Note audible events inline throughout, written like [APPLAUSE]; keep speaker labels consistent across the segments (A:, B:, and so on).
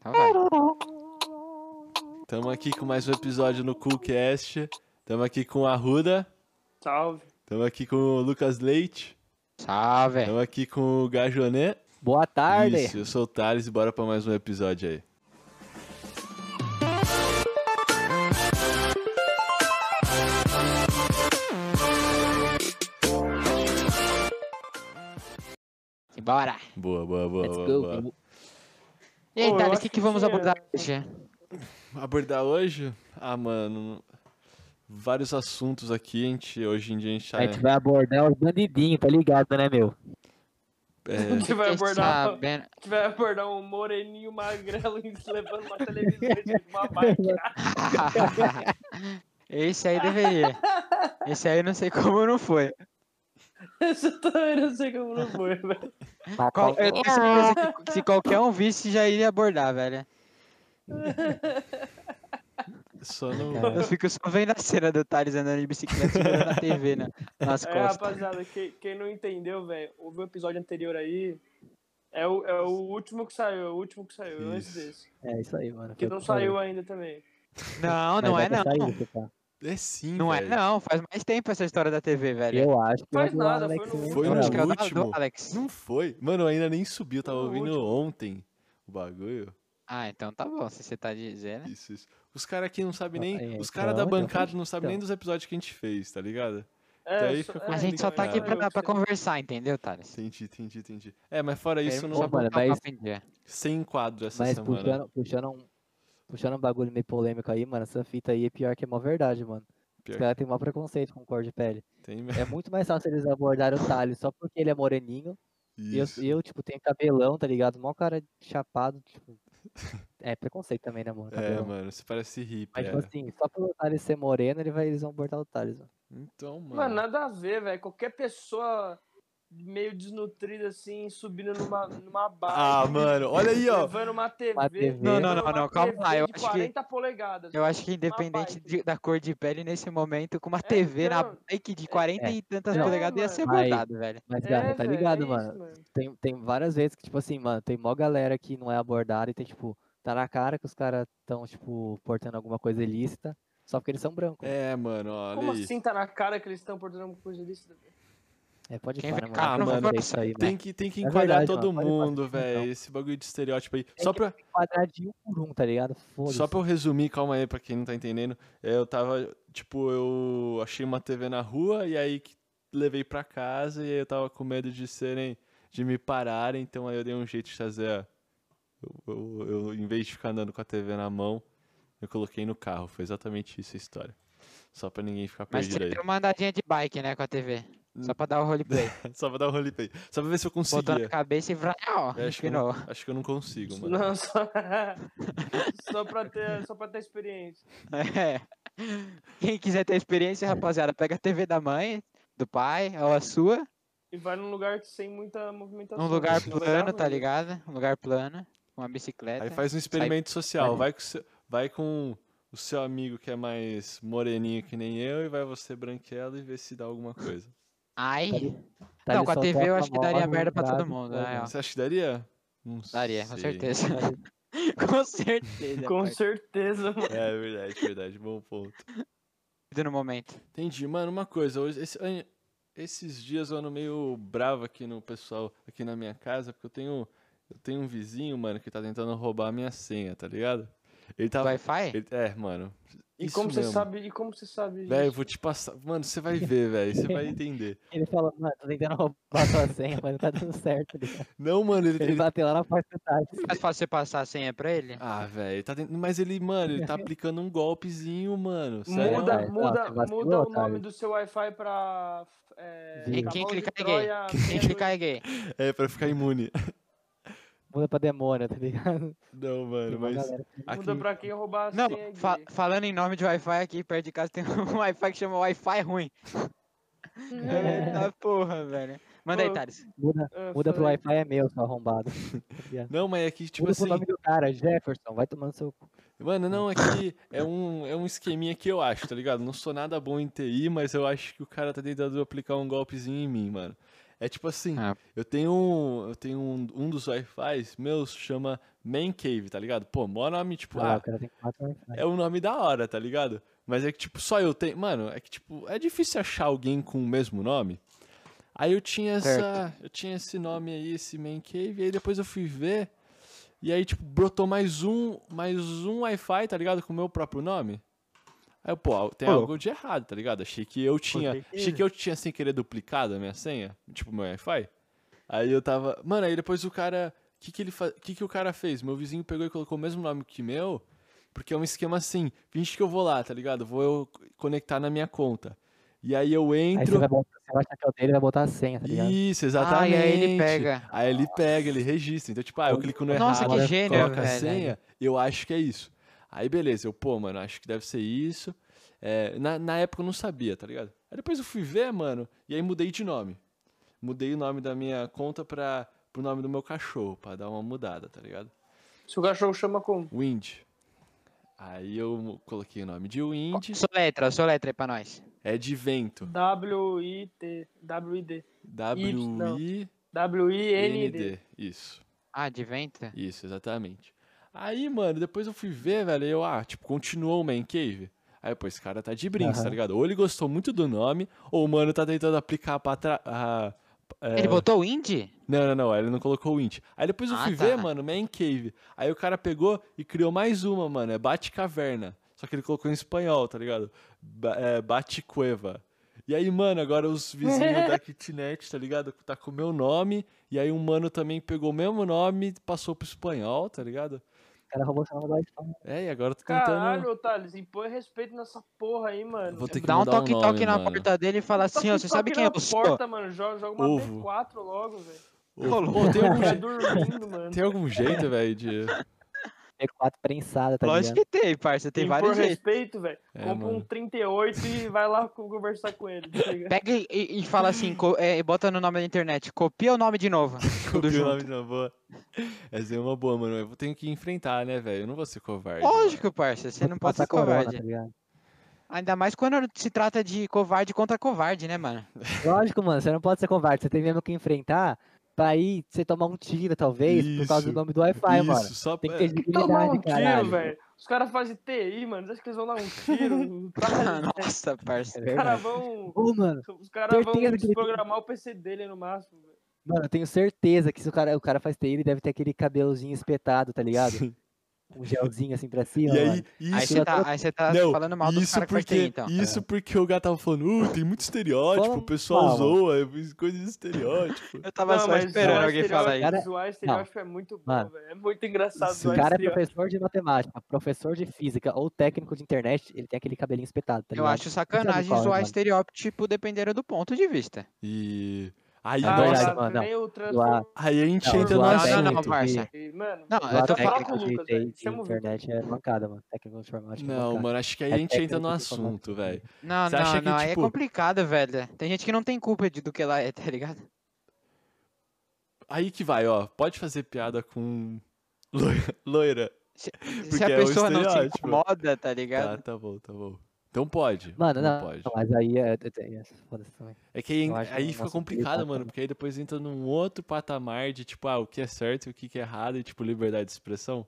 A: Tá,
B: Então vai. Tamo aqui com mais um episódio no Coolcast. Tamo aqui com a Ruda.
C: Salve.
B: Tamo aqui com o Lucas Leite.
A: Salve.
B: Tamo aqui com o Gajonê.
A: Boa tarde.
B: Isso, eu sou o Thales e bora pra mais um episódio aí.
A: Simbora.
B: Boa, boa, boa.
A: Let's
B: boa,
A: go.
B: boa.
A: E aí,
C: Pô, eu
A: Thales, o
C: acho
A: que, que vamos
C: que é-
A: abordar hoje?
B: abordar hoje? Ah, mano. Vários assuntos aqui, a gente, hoje em dia a gente tá.
D: A gente vai abordar os bandidinhos, tá ligado, né, meu?
C: A
B: é,
C: gente vai
A: Fiquei
C: abordar, a
A: sabendo-
C: gente vai abordar um moreninho magrelo [LAUGHS] levando uma televisão de
A: [LAUGHS]
C: uma máquina.
A: Esse aí deveria. Esse aí eu não sei como não foi.
C: Eu também não sei como não foi, velho.
A: Qual- é?
D: é
A: eu tenho certeza que se qualquer um visse, já iria abordar, velho.
B: só no.
A: Eu fico só vendo a cena do Thales andando de bicicleta segurando a TV na, nas
C: É,
A: costas.
C: rapaziada, quem, quem não entendeu, velho, ouve o episódio anterior aí. É o, é o último que saiu, é o último que saiu,
B: Isso.
C: antes desse.
D: É isso aí, mano.
C: Que não saiu ainda também.
A: Não, não é não.
B: É sim,
A: Não é
B: velho.
A: não, faz mais tempo essa história da TV, velho.
D: Eu acho que
C: Faz
D: é do
C: nada,
D: Alex
C: foi no-
D: mesmo,
B: Foi
A: Eu
B: no
A: acho que
D: cara.
A: é o da-
B: último.
A: do Alex.
B: Não foi. Mano, ainda nem subiu. Tava
C: Foi o
B: ouvindo
C: último.
B: ontem o bagulho.
A: Ah, então tá bom, se você tá dizendo.
B: Isso, isso. Os caras aqui não sabem nem.
D: né? É,
B: Os caras da
D: então, então
B: bancada
D: faz-
B: não sabem nem
D: então.
B: dos episódios que a gente fez, tá ligado?
C: É,
B: Daí
C: só-
B: fica
C: é,
A: A gente só tá aqui
B: Complicado.
A: pra, pra
C: saiu,
A: conversar, entendeu, Thales?
B: Entendi, entendi, entendi. É, mas fora isso,
A: Queremos
B: não,
A: só botar o
D: mas-
A: papo em dia.
B: sem quadro essa
D: Mas
B: semana.
D: puxando, puxando, um, puxando um bagulho meio polêmico aí, mano, essa fita aí é pior que é mó verdade, mano.
B: Pior.
D: Os caras têm maior preconceito com cor de pele. [LAUGHS]
B: Tem [LAUGHS]
D: É muito mais fácil eles abordarem o Thales só porque ele é moreninho. E eu,
B: isso.
D: e eu, tipo, tenho cabelão, tá ligado? Mó cara chapado, tipo... É preconceito também, né, mano?
B: É,
D: cabelão.
B: mano, você parece hippie.
D: Mas, tipo
B: é.
D: assim, só pelo Thales ser moreno, ele vai, eles vão abordar o Thales, mano.
B: Então, mano.
C: Mano, nada a ver, velho. Qualquer pessoa meio desnutrida assim, subindo numa, numa barra.
B: Ah, mano, olha aí, ó.
C: Levando uma TV.
D: Uma TV.
A: Não, não, não,
C: uma
A: não, calma
C: TV
A: lá, eu
C: de
A: acho que-
C: 40 polegadas.
A: Eu acho que independente
C: bike.
A: de- da cor de pele, nesse momento, com uma
C: É,
A: TV na
C: então,
A: bike de 40 e tantas
C: não,
A: polegadas, ia ser
D: mano. Aí.
A: abordado, velho.
D: Mas,
C: É,
D: cara, tá
C: velho,
D: ligado,
C: é isso,
D: mano? Tem, tem várias vezes que, tipo assim, mano, tem mó galera que não é abordada e tem, tipo, tá na cara que os caras tão, tipo, portando alguma coisa ilícita, só porque eles são brancos. É,
B: É, mano, olha
C: Como
B: aí.
C: assim tá na cara que eles estão portando alguma coisa disso?
D: pode
A: Quem
D: falar,
A: vem
D: mano.
A: cá,
D: Ah,
B: não vai
D: mano, é
A: pra
D: isso aí,
B: Tem
D: mano.
B: que, tem que
D: É
B: enquadrar
D: verdade,
B: todo
D: mano, pode
B: mundo,
D: fazer,
B: velho.
D: então.
B: Esse bagulho de estereótipo aí.
D: Tem
B: Só
D: que
B: pra,
D: Quadradinho por um, tá ligado? Foda-se.
B: só pra eu resumir, calma aí, pra quem não tá entendendo. é, Eu tava, tipo, eu achei uma TV na rua e aí que- levei pra casa e aí eu tava com medo de serem, de me pararem, então aí eu dei um jeito de fazer. a- Eu, eu, eu, em vez de ficar andando com a TV na mão, eu coloquei no carro. Foi exatamente isso a história. Só pra ninguém ficar
A: Mas
B: perdido
A: você
B: aí.
A: deu uma andadinha de bike, né, com a TV.
B: Hum.
A: Só pra dar o
B: [LAUGHS]
A: roleplay.
B: Só pra dar um roleplay. Só pra ver se eu
A: Botou na
B: conseguia.
A: cabeça e vrá, ó,
B: É, acho, que eu
A: empinou.
B: não, acho que eu não consigo, mano.
C: Não, só... [LAUGHS] só, pra ter, só pra ter experiência.
A: [LAUGHS] É. Quem quiser ter experiência,
B: É.
A: rapaziada, pega a TV da mãe, do pai, ou a sua.
C: E vai num lugar que sem muita movimentação.
A: Um lugar
C: Não dá
A: plano, tá
C: ruim.
A: ligado? Um lugar plano, com uma bicicleta.
B: Aí faz um experimento social.
A: É, tá. sai-
B: Vai com, o seu- vai com o seu amigo que é mais moreninho que nem eu e vai você branquelo e vê se dá alguma coisa.
A: Ai.
D: Thales
A: não, com a
D: Tá só
A: TV eu
D: toca
A: acho que
D: mó tá
A: daria merda pra todo
D: vibrado,
A: mundo,
D: foda-se.
A: né? ó.
B: Você acha que daria? Não
A: Daria, com
B: sei.
A: certeza. [LAUGHS] com certeza.
C: Com
A: parceiro,
C: certeza, mano.
B: É verdade, verdade. Bom ponto.
A: no momento.
B: Entendi. Mano, uma coisa. Hoje, esse- an- esses dias eu ando meio bravo aqui no pessoal, aqui na minha casa, porque eu tenho, eu tenho um vizinho, mano, que tá tentando roubar a minha senha, tá ligado? Ele tá.
A: Wi-Fi?
B: ele- é, mano.
C: E
B: isso
C: como, você
B: mesmo.
C: sabe, e como você sabe disso?
B: Velho, eu vou te passar. Mano, você vai ver, velho. Você
A: [LAUGHS]
B: vai entender.
D: Ele falou, mano, tô tentando roubar sua [LAUGHS] senha, mas não tá dando certo, tá ligado?
B: Não, mano, ele.
D: Ele tá
B: ele-
D: bateu lá na porta assim, do Thales.
A: É Mais fácil você passar a senha pra ele?
B: Ah, velho. Tá tentando- Mas ele, mano, ele tá aplicando um golpezinho, mano. Sério.
C: Muda,
D: Não,
C: muda,
D: você vacilou,
C: muda o
D: otário.
C: nome do seu Wi-Fi pra. É,
D: Sim.
A: E
D: Tá
A: quem
C: cavalo de
A: clicar é gay.
C: Troia,
A: Quem clicar é gay.
B: É, pra ficar imune. [LAUGHS]
D: Muda pra demônio, tá ligado?
B: Não,
D: Tem
B: mano,
D: uma
B: mas.
D: galera que-
B: Aqui...
C: Muda pra quem roubar a
A: é Não,
C: senha é
A: fa-
C: gay.
A: falando em nome de Wi-Fi, aqui perto de casa tem [LAUGHS] um Wi-Fi que chama Wi-Fi
C: [LAUGHS]
A: ruim. É. Da porra, velho. Manda aí,
C: Ô,
A: Thales.
D: Muda
C: Ah,
D: Muda pro
C: falei.
D: Wi-Fi é meu, seu arrombado.
A: Tipo
D: Tá ligado?
B: Não, mas é que, tipo
D: Muda
B: assim.
D: pro nome do cara, Jefferson, vai tomando seu cu.
B: Mano, não, é que é um, é um esqueminha que eu acho, tá ligado? Não sou nada bom em TI, mas eu acho que o cara tá tentando aplicar um golpezinho em mim, mano. É tipo assim,
A: Ah.
B: eu tenho um, eu tenho um, um dos Wi-Fis meus chama Man Cave, tá ligado? Pô, mó nome, tipo,
D: Ah,
B: ah,
D: o cara tem quatro Wi-Fi.
B: é um nome da hora, tá ligado? Mas é que, tipo, só eu tenho. Mano, é que, tipo, é difícil achar alguém com o mesmo nome. Aí eu tinha essa. Eu tinha esse nome aí, esse Man Cave, aí depois eu fui ver. E aí, tipo, brotou mais um, mais um Wi-Fi, tá ligado? Com o meu próprio nome. Aí, eu, pô, tem
A: Ô,
B: algo de errado, tá ligado? Achei que eu tinha. Achei que eu tinha sem querer duplicado a minha senha, tipo, meu Wi-Fi. Aí eu tava. Mano, aí depois o cara. O que, que ele fa... que, que o cara fez? Meu vizinho pegou e colocou o mesmo nome que meu. Porque é um esquema assim, finge que eu vou lá, tá ligado? Vou eu conectar na minha conta. E aí eu
D: Aí você
B: entro.
D: vai, botar, você vai achar que é o dele e vai botar a senha, tá ligado?
B: Isso,
A: Ah,
B: exatamente.
A: e aí ele pega.
B: Aí ele pega, ele registra. Então, tipo, ah, eu clico no
A: Nossa,
B: errado,
A: que gênio,
B: coloca a
A: velho.
B: senha, eu acho que é isso. Aí beleza, eu, pô, mano, acho que deve ser isso. É, na, na época eu não sabia, tá ligado? Aí depois eu fui ver, mano, e aí mudei de nome. Mudei o nome da minha conta pra, pro nome do meu cachorro, pra dar uma mudada, tá ligado?
C: Se o cachorro chama como?
B: Wind. Aí eu coloquei o nome de Wind.
A: Soletra, soletra aí pra nós.
B: É de vento.
C: W-I-T. W-I-D. não.
B: W-I-N-D.
C: W-I-N-D.
B: Isso,
A: Ah, de venta?
B: isso, exatamente. Aí, mano, depois eu fui ver, velho, e eu, ah, tipo, continuou o Man Cave. Aí, pô, esse cara tá de brinks, tá
D: Aham.
B: ligado? Ou ele gostou muito do nome, ou o mano tá tentando aplicar pra ah, é, trás.
A: Ele botou o Indy?
B: Não, não, não, ele não colocou o int. Aí depois eu
A: Ah,
B: fui
A: tá.
B: ver, mano, Man Cave. Aí o cara pegou e criou mais uma, mano, é Bate Caverna. Só que ele colocou em espanhol, tá ligado? Ba é, Bate Cueva. E aí, mano, agora os vizinhos
A: [LAUGHS]
B: da kitnet, tá ligado? Tá com o meu nome. E aí um mano também pegou o mesmo nome e passou pro espanhol, tá ligado?
D: O cara roubou seu nome do Wi-Fi.
B: É, e agora eu tô tentando...
C: Caralho, Thales, impõe respeito nessa porra aí, mano.
B: Vou ter que
A: Dá um
B: mudar o nome,
A: toque-toque na
B: mano.
A: porta dele e fala assim, ó, você sabe quem
C: é
A: eu
C: o
A: sou?
C: porta, mano. Joga, joga uma
B: Ovo.
C: P4 logo,
A: [LAUGHS]
C: velho.
B: Ô, pô, tem, algum
C: Tá
B: je-
C: dormindo, mano.
B: tem algum jeito, velho, de...
D: P4 prensada, tá
A: Lógico
D: ligado?
A: que tem, parça, tem vários
C: Impor
A: jeitos.
C: respeito, velho.
B: É,
C: Compra um
B: mano.
C: 38 e vai lá co- conversar com ele. tá ligado?
A: Pega e, e- e fala [LAUGHS] assim, co- é, e bota no nome da internet, copia o nome de novo. [LAUGHS] Tudo
B: [LAUGHS] Copia o
A: junto.
B: nome de uma boa. Essa é uma boa, mano. Eu tenho que enfrentar, né, velho? Eu não vou ser covarde.
A: Lógico, parça, você
D: Vou
A: não pode
D: passar
A: ser
D: corona,
A: covarde.
D: tá ligado?
A: Ainda mais quando se trata de covarde contra covarde, né, mano?
D: Lógico, mano, você não pode ser covarde. Você tem mesmo que enfrentar pra ir você tomar um tiro, talvez, por causa
B: Isso.
D: do nome do Wi-Fi,
B: mano. Isso,
D: mano.
B: só
D: Tem que
B: é,
D: ter
C: Tomar um
D: dignidade,
C: tiro,
D: caralho.
C: velho. Os caras fazem TI, mano. Vocês acham que eles vão dar um
A: [LAUGHS]
C: tiro? Os
A: Nossa, parça.
C: caras vão.
D: Ô, mano,
C: Os caras vão
D: Certeza que ele-
C: desprogramar o PC dele no máximo, velho.
D: mano, eu tenho certeza que se o cara, o cara faz TI, ele deve ter aquele cabelozinho espetado, tá ligado?
B: Sim.
D: Um gelzinho assim
A: [LAUGHS]
D: pra cima,
B: E aí,
D: mano.
A: Aí
B: isso.
A: você tá, aí você tá
B: Não,
A: falando mal do
B: isso
A: cara que faz
B: porque,
A: TI, então.
B: Isso porque o gato tava falando, "Uh, tem muito estereótipo,
D: Fala
B: o pessoal
D: mal.
B: zoa, é coisa de estereótipo.
A: Eu tava só
C: mas
A: esperando
C: zoar
A: alguém falar
C: estereótipo-
A: isso.
C: Zoar estereótipo é muito bom,
D: Mano.
C: velho. É muito engraçado
B: Se
D: Se o
C: zoar
D: cara é
C: estereótipo.
D: professor de matemática, professor de física ou técnico de internet, ele tem aquele cabelinho espetado, tá
A: Eu
D: ligado?
A: acho sacanagem
D: qual é,
A: zoar
D: mano?
A: estereótipo dependendo do ponto de vista.
B: E. Aí,
C: Ah,
D: Ah,
B: nós-
D: verdade,
C: exato,
D: mano, não.
C: nem o transform-
D: Zoar-
B: aí a gente
D: Não,
B: entra no
D: zoar
B: assunto.
A: Não, não, não,
D: técnico de-
A: parça.
C: E, Mano,
A: Não,
D: Zoar
A: eu tô
C: Vai falar
A: falando.
D: técnico
C: com o
D: de
C: Lucas,
D: TI
C: velho.
D: de
C: Chama o Victor.
D: internet é mancada, mano. Técnico de informática é
B: Não,
D: mancada.
B: mano, acho que aí
D: É
B: a gente entra
D: técnico
B: no
D: de informação.
B: assunto, velho.
A: Não,
B: Você
A: não,
B: acha que,
A: não, aí é
B: tipo-
A: complicado, velho. Tem gente que não tem culpa de- do que ela é, tá ligado?
B: Aí que vai, ó. Pode fazer piada com. [LAUGHS] loira- Loira.
A: Se, se
B: Porque
A: a
B: é o
A: pessoa não se
B: estereótipo.
A: incomoda, tá
B: Tá,
A: ligado?
B: tá bom, tá bom. Então pode.
D: Mano,
B: então
D: não,
B: pode.
D: mas aí é, é, é- foda-se também.
B: É que aí,
D: Eu acho
B: aí
D: que é um
B: fica
D: assunto
B: complicado,
D: delicado
B: mano,
D: também.
B: porque aí depois entra num outro patamar de tipo, ah, o que é certo e o que que é errado, e tipo, liberdade de expressão.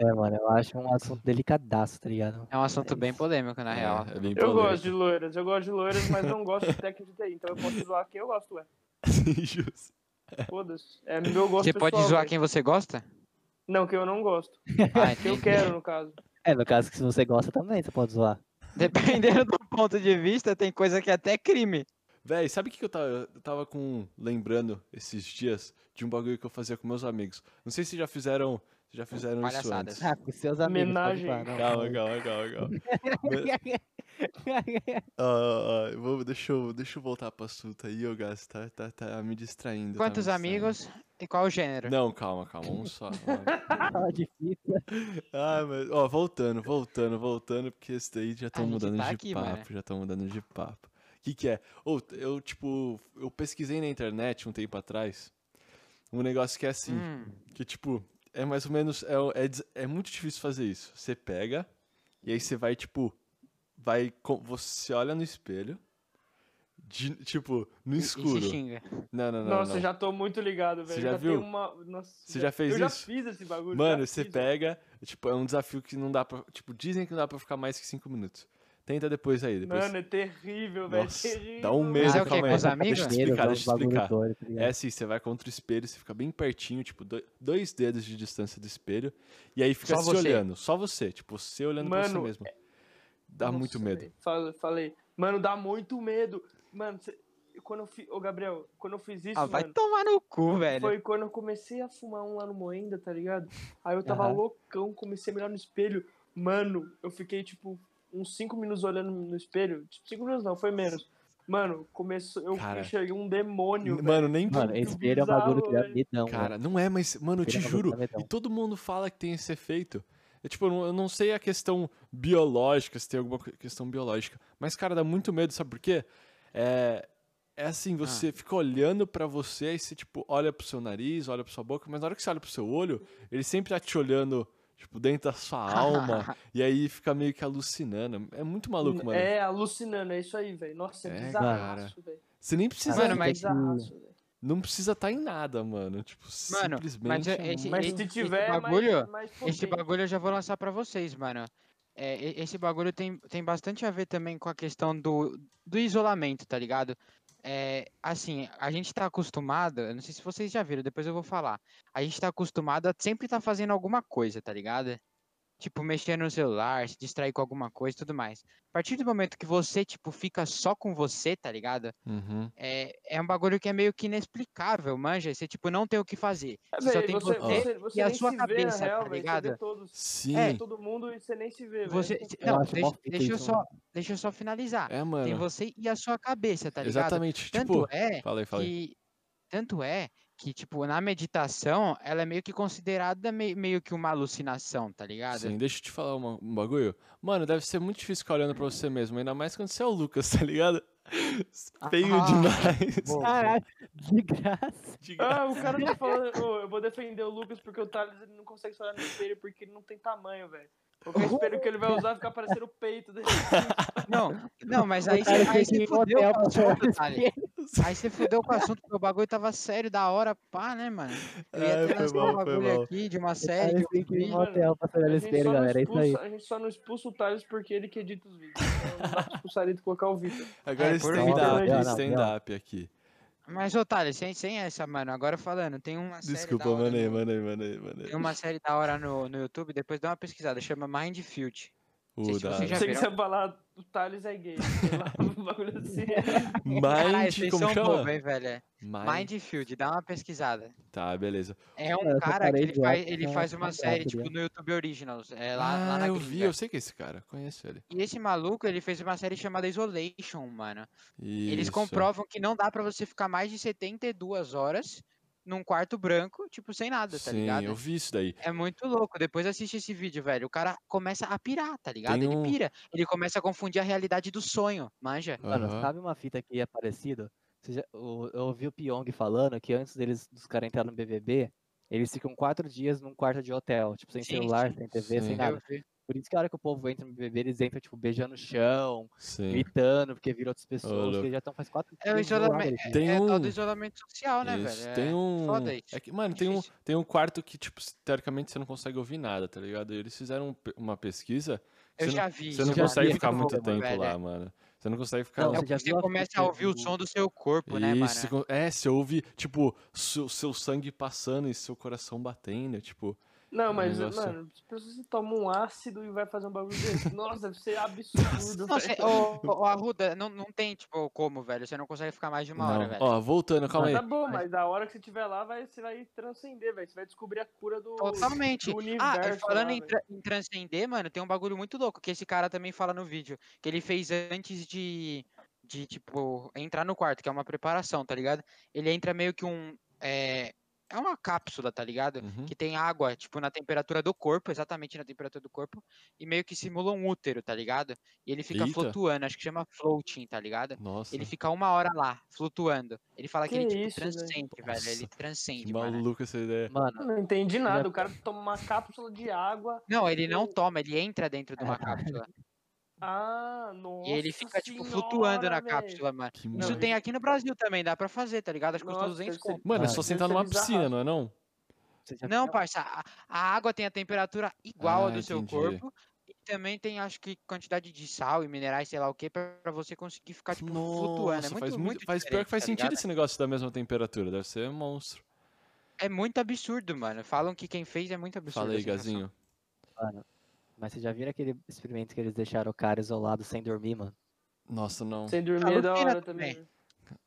D: É, mano, eu acho um assunto delicadaço, tá ligado?
A: É um assunto
D: É
A: bem
D: isso.
A: polêmico, na real.
B: É, é bem
C: Eu
B: polêmico.
A: assim.
B: [LAUGHS]
C: gosto de loiras, eu gosto de loiras, mas não gosto de técnico de TI. Então eu posso zoar quem eu gosto, ué.
B: Justo.
C: Foda-se. É meu gosto
A: Você
C: pessoal.
A: pode zoar
C: velho.
A: quem você
C: [LAUGHS]
A: gosta?
C: Não, que eu não gosto.
A: Ah,
C: Que eu
A: entendi.
C: quero, no caso.
D: É, no caso que se você gosta também, você pode zoar.
A: Dependendo do ponto de vista, tem coisa que é até crime.
B: Véi, sabe o que que eu tava, eu tava com, lembrando esses dias de um bagulho que eu fazia com meus amigos? Não sei se já fizeram, se já fizeram isso
A: Palhaçadas. [LAUGHS]
B: antes.
D: Ah, com seus amigos. pode
C: Homenagem.
D: zoar, não,
B: Calma, calma, calma, calma. Ah, ah, eu vou- deixa, eu, deixa eu voltar pro assunto aí, ô Gás, tá, tá, tá me distraindo. tá me
A: Quantos
B: distraindo.
A: amigos e qual o gênero?
B: Não, calma, calma, um [LAUGHS] só.
D: Fala difícil.
B: Ah, mas, ó, voltando, voltando, voltando, porque esse daí já estão
A: gente
B: mudando
A: tá
B: de
A: aqui,
B: papo,
A: mano.
B: já estão mudando de papo. O que que é? Ou, eu, tipo, eu pesquisei na internet um tempo atrás um negócio que é assim,
A: Hum,
B: que, tipo, é mais ou menos, é, o- é, des- é muito difícil fazer isso. Você pega, e aí você vai, tipo, vai, co- você olha no espelho, de- tipo, no
A: E- E
B: escuro.
A: se xinga.
B: Não, não, não.
C: Nossa,
B: não.
C: eu já tô muito ligado,
B: Você
C: velho.
B: já
C: já
B: viu?
C: Tem uma... Nossa,
B: Você já fez
C: eu Eu já
B: isso?
C: fiz esse bagulho.
B: Mano,
C: já
B: você
C: fiz.
B: pega, tipo, é um desafio que não dá pra. Tipo, dizem que não dá pra ficar mais que 5 minutos. Tenta depois aí, depois.
C: Mano, é terrível, velho.
B: Nossa,
C: terrível,
B: dá um
C: velho.
B: medo,
A: Mas é o quê?
B: calma
A: Com
B: aí.
A: os né? amigos?
B: Deixa eu explicar, deixa eu explicar. É
D: explicar.
B: assim, você vai contra o espelho, você fica bem pertinho, tipo, do- dois dedos de distância do espelho, e aí fica
A: Só
B: se
A: você.
B: olhando, só você, tipo, você olhando pra você
C: Mano, é
B: mesmo. Dá
C: Nossa,
B: muito medo.
C: velho. Fala- Falei, mano, dá muito medo. Mano, cê- quando eu fiz. Ô, Gabriel, quando eu fiz isso,
A: Ah, vai
C: mano,
A: tomar no cu, velho.
C: foi quando eu comecei a fumar um lá no Moenda, tá ligado? Aí eu tava
D: Aham.
C: loucão, comecei a mirar no espelho. Mano, eu fiquei, tipo, uns 5 minutos olhando no espelho. Tipo, 5 minutos não, foi menos. Mano, começou, eu
B: Cara.
C: enxerguei um demônio. velho.
B: Mano, nem.
D: Mano,
C: muito
D: esse espelho é um bagulho que dá
C: bizarro,
D: medão,
B: Cara,
D: velho.
B: não é, mas, mano, eu te
D: Espelho é um bagulho
B: juro,
D: que dá
A: Então.
D: medão.
B: e todo mundo fala que tem esse efeito. É, tipo, eu não, eu não sei a questão biológica, se tem alguma co- questão biológica, mas, cara, dá muito medo, sabe por quê? É, é assim, você
A: Ah.
B: fica olhando pra você, aí você, tipo, olha pro seu nariz, olha pra sua boca, mas na hora que você olha pro seu olho, ele sempre tá te olhando, tipo, dentro da sua
A: [LAUGHS] Ah.
B: alma, e aí fica meio que alucinando. É muito maluco, mano.
C: É alucinando, é isso aí, velho. Nossa, é,
B: É,
C: bizarraço, velho.
B: Você nem precisa,
A: Mano,
C: É
A: mas-
C: bizarraço, velho.
B: não precisa estar em nada, mano. Tipo,
A: Mano, mas
B: simplesmente...
A: é- esse,
C: Mas
A: esse-
C: se
A: esse
C: tiver, mais-
A: bagulho,
C: mais
A: esse
C: potente.
A: bagulho eu já vou lançar pra vocês, mano. É, e- esse bagulho tem, tem bastante a ver também com a questão do, do isolamento, tá ligado? É, assim, a gente tá acostumado, eu não sei se vocês já viram, depois eu vou falar. A gente tá acostumado a sempre tá fazendo alguma coisa, tá ligado? Tipo, mexer no celular, se distrair com alguma coisa e tudo mais. A partir do momento que você, tipo, fica só com você, tá ligado?
B: Uhum.
A: É, é um bagulho que é meio que inexplicável, manja. Você, tipo, não tem o que fazer.
C: É,
A: Você só
C: velho,
A: tem
C: você,
A: você,
B: poder
C: você, você
A: e a
C: nem
A: sua
C: se vê, na
A: cabeça, tá
C: real, velho. Você
A: ligado?
C: vê todos,
B: Sim.
A: É,
C: todo mundo e você nem se vê, velho.
A: você-
C: Isso é-
D: Eu
A: não,
D: acho mó
A: deixa,
D: fita
A: deixa eu
D: isso,
A: só,
D: mano.
A: deixa eu só finalizar.
B: É, mano.
A: Tem você e a sua cabeça, tá ligado?
B: Exatamente.
A: Tanto
B: Tipo,
A: é
B: falei, falei.
A: que tanto é que tipo na meditação ela é meio que considerada mei- meio que uma alucinação, tá ligado?
B: Sim, deixa eu te falar uma- um bagulho. Mano, deve ser muito difícil ficar olhando pra você mesmo, ainda mais quando você é o Lucas, [LAUGHS] tá ligado? Feio
A: Ah,
B: demais.
A: boa.
D: Caralho, de graça.
B: De
A: [LAUGHS]
B: graça.
C: Ah, o cara tá falando, "Ô, eu vou defender o Lucas porque o Thales ele não consegue se olhar no espelho porque ele não tem tamanho, velho. Qualquer espelho que ele vai usar fica parecendo o peito
A: [LAUGHS]
C: dele.
A: Não, não,
B: [LAUGHS]
A: mas aí
D: O cara
A: você aí
D: fica
A: você
D: em
A: fudeu
D: hotel
A: com o
D: pra tirar
A: assunto,
D: esse
A: Thales. Aí você fudeu com o assunto, porque o bagulho tava sério, da hora, pá, né, mano? Eu ia
B: Ai,
A: até
B: foi
A: lançar um
B: mal, foi mal.
A: bagulho aqui de uma série,
D: Cara,
A: de um
D: tem que ir em
A: vídeo.
D: motel pra sair
C: A
D: no
C: gente, só
D: espelho,
C: não
D: galera. É isso aí.
C: expulsa, a gente só não expulsa o Thales porque ele que edita os vídeos. Então não dá pra expulsar ele um e colocar o Vitor.
B: [LAUGHS] Agora
A: É, por
B: stand-up,
D: favor.
B: stand-up aqui.
A: Mas, ô, Thales, sem, sem essa, mano, agora falando, tem uma
B: Desculpa,
A: série da hora,
B: mano aí,
A: no-
B: mano aí, mano aí, mano aí.
A: Tem uma série da hora no, no YouTube, depois dá uma pesquisada, chama Mindfield.
B: O
A: se você
B: da
C: Eu
A: tipo assim, Já
C: sei que
A: virou?
C: você ia falar, o Thales é gay. Sei lá, [LAUGHS] um bagulho assim.
A: Caralho,
B: Mind,
A: é um vocês
B: como
A: são
B: chama?
A: bobo, hein, velho?
B: Mind.
A: Mindfield, dá uma pesquisada.
B: Tá, beleza.
A: É um
D: Cara, essa
A: cara que ele
D: parede
A: faz,
D: alta
A: ele
D: é
A: faz uma série,
D: rápida.
A: tipo, no YouTube Originals, é lá, lá
B: Ah,
A: na
B: eu
A: gringa.
B: vi, eu sei que é esse cara, conheço ele.
A: E esse maluco, ele fez uma série chamada Isolation, mano. Eles
B: Isso.
A: comprovam que não dá pra você ficar mais de 72 horas num quarto branco, tipo, sem nada, tá
B: Sim,
A: ligado?
B: eu vi isso daí.
A: É muito louco. Depois assiste esse vídeo, velho. O cara começa a pirar, tá ligado?
B: Tem
A: Ele
B: um-
A: pira. Ele começa a confundir a realidade do sonho, manja?
D: Mano,
B: Aham.
D: sabe uma fita que é parecida? Você já- o- eu ouvi o Pyong falando que antes deles, dos caras entrarem no BBB, eles ficam quatro dias num quarto de hotel, tipo, sem
A: Sim,
D: celular, sem TV,
B: Sim.
D: sem
B: Eu
D: nada.
A: Eu vi.
D: Por isso que a hora que o povo entra no BBB, eles entram, tipo, beijando o chão,
B: Sim.
D: gritando, porque viram outras pessoas,
B: louco.
D: que já estão faz quatro
A: É o
D: dias no ar,
A: isolamento.
D: eles-
B: Tem
A: é o tal
B: um-
A: do isolamento social, né,
B: Isso,
A: velho?
B: Tem
A: é...
B: um.
A: foda isso.
B: é que, mano, tem um,
A: Difícil.
B: tem um quarto que, tipo, teoricamente você não consegue ouvir nada, tá ligado? Eles fizeram um pe- uma pesquisa.
A: Eu
B: você
A: já
B: não,
A: vi
B: Você
A: isso,
B: não
D: já
A: mano,
B: consegue
A: é
B: ficar muito
A: louco,
B: tempo
A: velho,
B: lá,
A: é.
B: mano. Você não consegue ficar.
D: Não,
A: É
D: você
A: porque
D: já
A: você
D: viu a
A: começa
D: fita
A: a ouvir o
D: do-
A: som do seu corpo, né, mano?
B: Isso, co- é, você ouve, tipo, seu, seu sangue passando e seu coração batendo, tipo.
C: Não, mas,
B: Negócio.
C: mano, as pessoas você toma um ácido e vai fazer um bagulho desse. Nossa, deve ser
A: Não,
C: absurdo. velho.
A: cê, [LAUGHS] ô, ô, ô, Arruda, não, não tem, tipo, como, velho. Você não consegue ficar mais de uma hora,
B: não.
A: velho.
B: Ó, voltando, calma aí.
C: Tá bom, mas da hora que você tiver lá, vai, você vai transcender, velho. Você vai descobrir a cura do.
A: Totalmente.
C: do
A: Ah, e
C: universo
A: falando
C: lá,
A: em,
C: velho.
A: tra- em transcender, mano, tem um bagulho muito louco que esse cara também fala no vídeo. Que ele fez antes de, de tipo, entrar no quarto, que é uma preparação, tá ligado? Ele entra meio que um. É, é uma cápsula, tá ligado?
B: Uhum.
A: Que tem água, tipo, na temperatura do corpo, exatamente na temperatura do corpo, e meio que simula um útero, tá ligado? E ele fica
B: Eita.
A: flutuando, acho que chama floating, tá ligado?
B: Nossa,
A: Ele fica uma hora lá, flutuando. Ele fala que,
C: Que
A: ele tipo,
C: isso, velho?
A: transcende, velho. Ele transcende,
B: que
A: mano.
B: maluca essa ideia.
D: Mano,
C: Eu Não entendi nada. O cara toma uma cápsula de água.
A: Não, ele não
C: Eu-
A: toma, ele entra dentro de uma cápsula.
C: Ah, nossa.
A: E ele fica, tipo, flutuando na
C: senhora, véi.
A: cápsula, mano.
B: Que
C: Não,
A: Isso
B: mano.
C: eu-
A: tem aqui no Brasil também, dá pra fazer, tá ligado? Acho que custa
C: Nossa,
A: 200
C: deve ser
A: conto.
B: Mano, é
D: Ah,
B: só
C: deve
B: sentar
C: ser
B: numa
C: bizarro.
B: piscina, não é não?
D: Você já
A: Não, parça, a, a água tem a temperatura igual
B: É Ah,
A: à do seu
B: entendi.
A: corpo. E também tem, acho que, quantidade de sal e minerais, sei lá o que, pra, pra você conseguir ficar, tipo, flutuando. É muito,
B: faz
A: muito
B: faz pior que faz
A: diferente, tá
B: sentido
A: ligado?
B: esse negócio da mesma temperatura, deve ser monstro.
A: É muito absurdo, mano. Falam que quem fez é muito absurdo.
B: Fala aí,
A: a sensação.
B: Gazinho.
D: Mano, mas vocês já viram aquele experimento que eles deixaram o cara isolado sem dormir, mano?
B: Nossa, não.
C: Sem dormir é da
A: Alucina
C: hora
A: também.
C: também.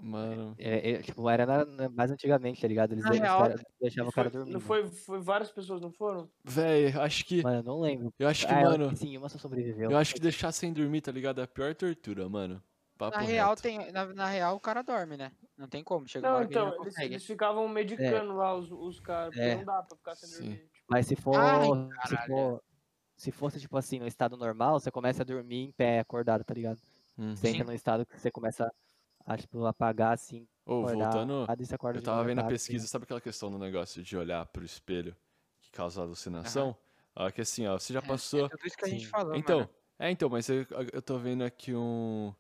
B: Mano.
D: É, é, tipo, era na- na- mais antigamente, tá ligado? Eles,
A: Na
D: de- os
A: real,
D: cara- deixavam o cara
C: Foi-
D: dormir.
C: Não
D: mano.
C: foi, foi várias pessoas, não foram?
B: Véi, acho que.
D: Mano, eu não lembro.
B: Eu acho que,
D: Ah, eu-
B: mano.
D: Sim, uma só sobreviveu.
B: Eu acho que deixar sem dormir, tá ligado? É a pior tortura, mano. Papo
A: Na real,
B: reto.
A: tem, na, na real, o cara dorme, né? Não tem como. Chega uma
C: Não,
A: hora que ele
C: então,
A: não
C: eles,
A: consegue. É.
C: eles ficavam medicando lá os, os caras, porque
D: É.
C: não dá pra ficar sem
B: Sim.
C: dormir. Tipo,
D: Mas se for,
A: Ai,
D: se
A: caralho.
D: for. Se fosse, tipo assim, no estado normal, você começa a dormir em pé, acordado, tá ligado?
B: Hum.
D: Você entra
A: Sim.
D: num estado que você começa a, tipo, apagar assim,
B: Ô,
D: acordar.
B: voltando.
D: acordado, e você acorda
B: Eu
D: de
B: tava
D: manhã
B: vendo a
D: tarde, tá
B: pesquisa, sabe aquela questão do negócio de olhar pro espelho que causa alucinação? Ó, que assim, ó, você já
A: [LAUGHS] É,
B: passou.
A: É tudo isso que a gente
D: Sim.
A: falou,
B: Então,
A: mano.
B: é então, mas eu, eu tô vendo aqui um,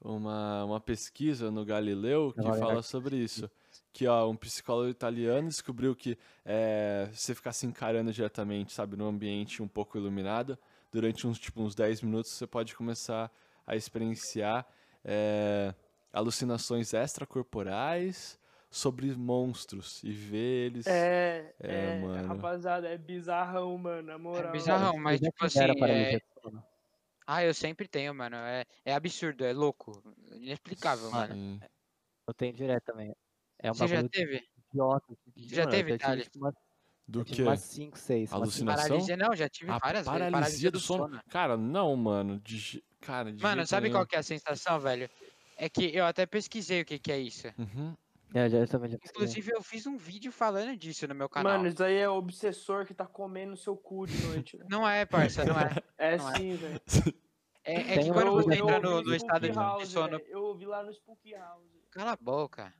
B: uma, uma pesquisa no Galileu que
D: Agora é
B: fala
D: Galileu.
B: sobre isso. Que ó, um psicólogo italiano descobriu que é, se você ficar se encarando diretamente, sabe, num ambiente um pouco iluminado, durante uns, tipo, uns 10 minutos você pode começar a experienciar é, alucinações extracorporais sobre monstros e ver eles.
C: é,
B: É,
C: é,
B: mano.
C: rapaziada, é bizarrão, mano, na moral.
A: É
D: ligado?
A: bizarrão, mas
D: Vocês né? já
A: tipo assim.
D: tiveram
A: é-
D: paralisia do sono?
A: Ah, eu sempre tenho, mano. É, é absurdo, é louco. Inexplicável, mano.
B: Sim.
D: Eu tenho direto também. É um
A: Você já
D: bagulho
A: teve?
D: idiota.
A: Já
D: Mano,
A: teve,
D: eu tive,
A: Thales?
D: tipo, umas-
B: Do
D: eu tive
B: que?
D: umas 5, 6.
B: Alucina- Noção?
A: Paralisia, não, já tive
B: A
A: várias vezes. né?
B: paralisia, do, sono. Cara, não, mano. De, je- cara, de
A: Mano,
B: jeito
A: sabe
B: nenhum.
A: qual que é a sensação, velho? É que eu até pesquisei o que, que é isso.
B: Uhum.
D: É, Eu, já, eu também já né? pesquisei.
A: Inclusive, eu fiz um vídeo falando disso no meu canal.
C: Mano, isso daí é obsessor que tá comendo seu cu de noite, velho.
A: Não é, parça, não
C: [LAUGHS]
A: é.
C: É
A: Não é.
C: sim, velho.
A: É, é
D: Tem
A: que quando
C: um
D: o-
A: você
D: eu
A: entra no,
C: ouvi
A: no estado
C: Spooky
A: de
C: House,
A: sono.
C: velho. Eu ouvi lá no Spooky House.
A: Cala a boca.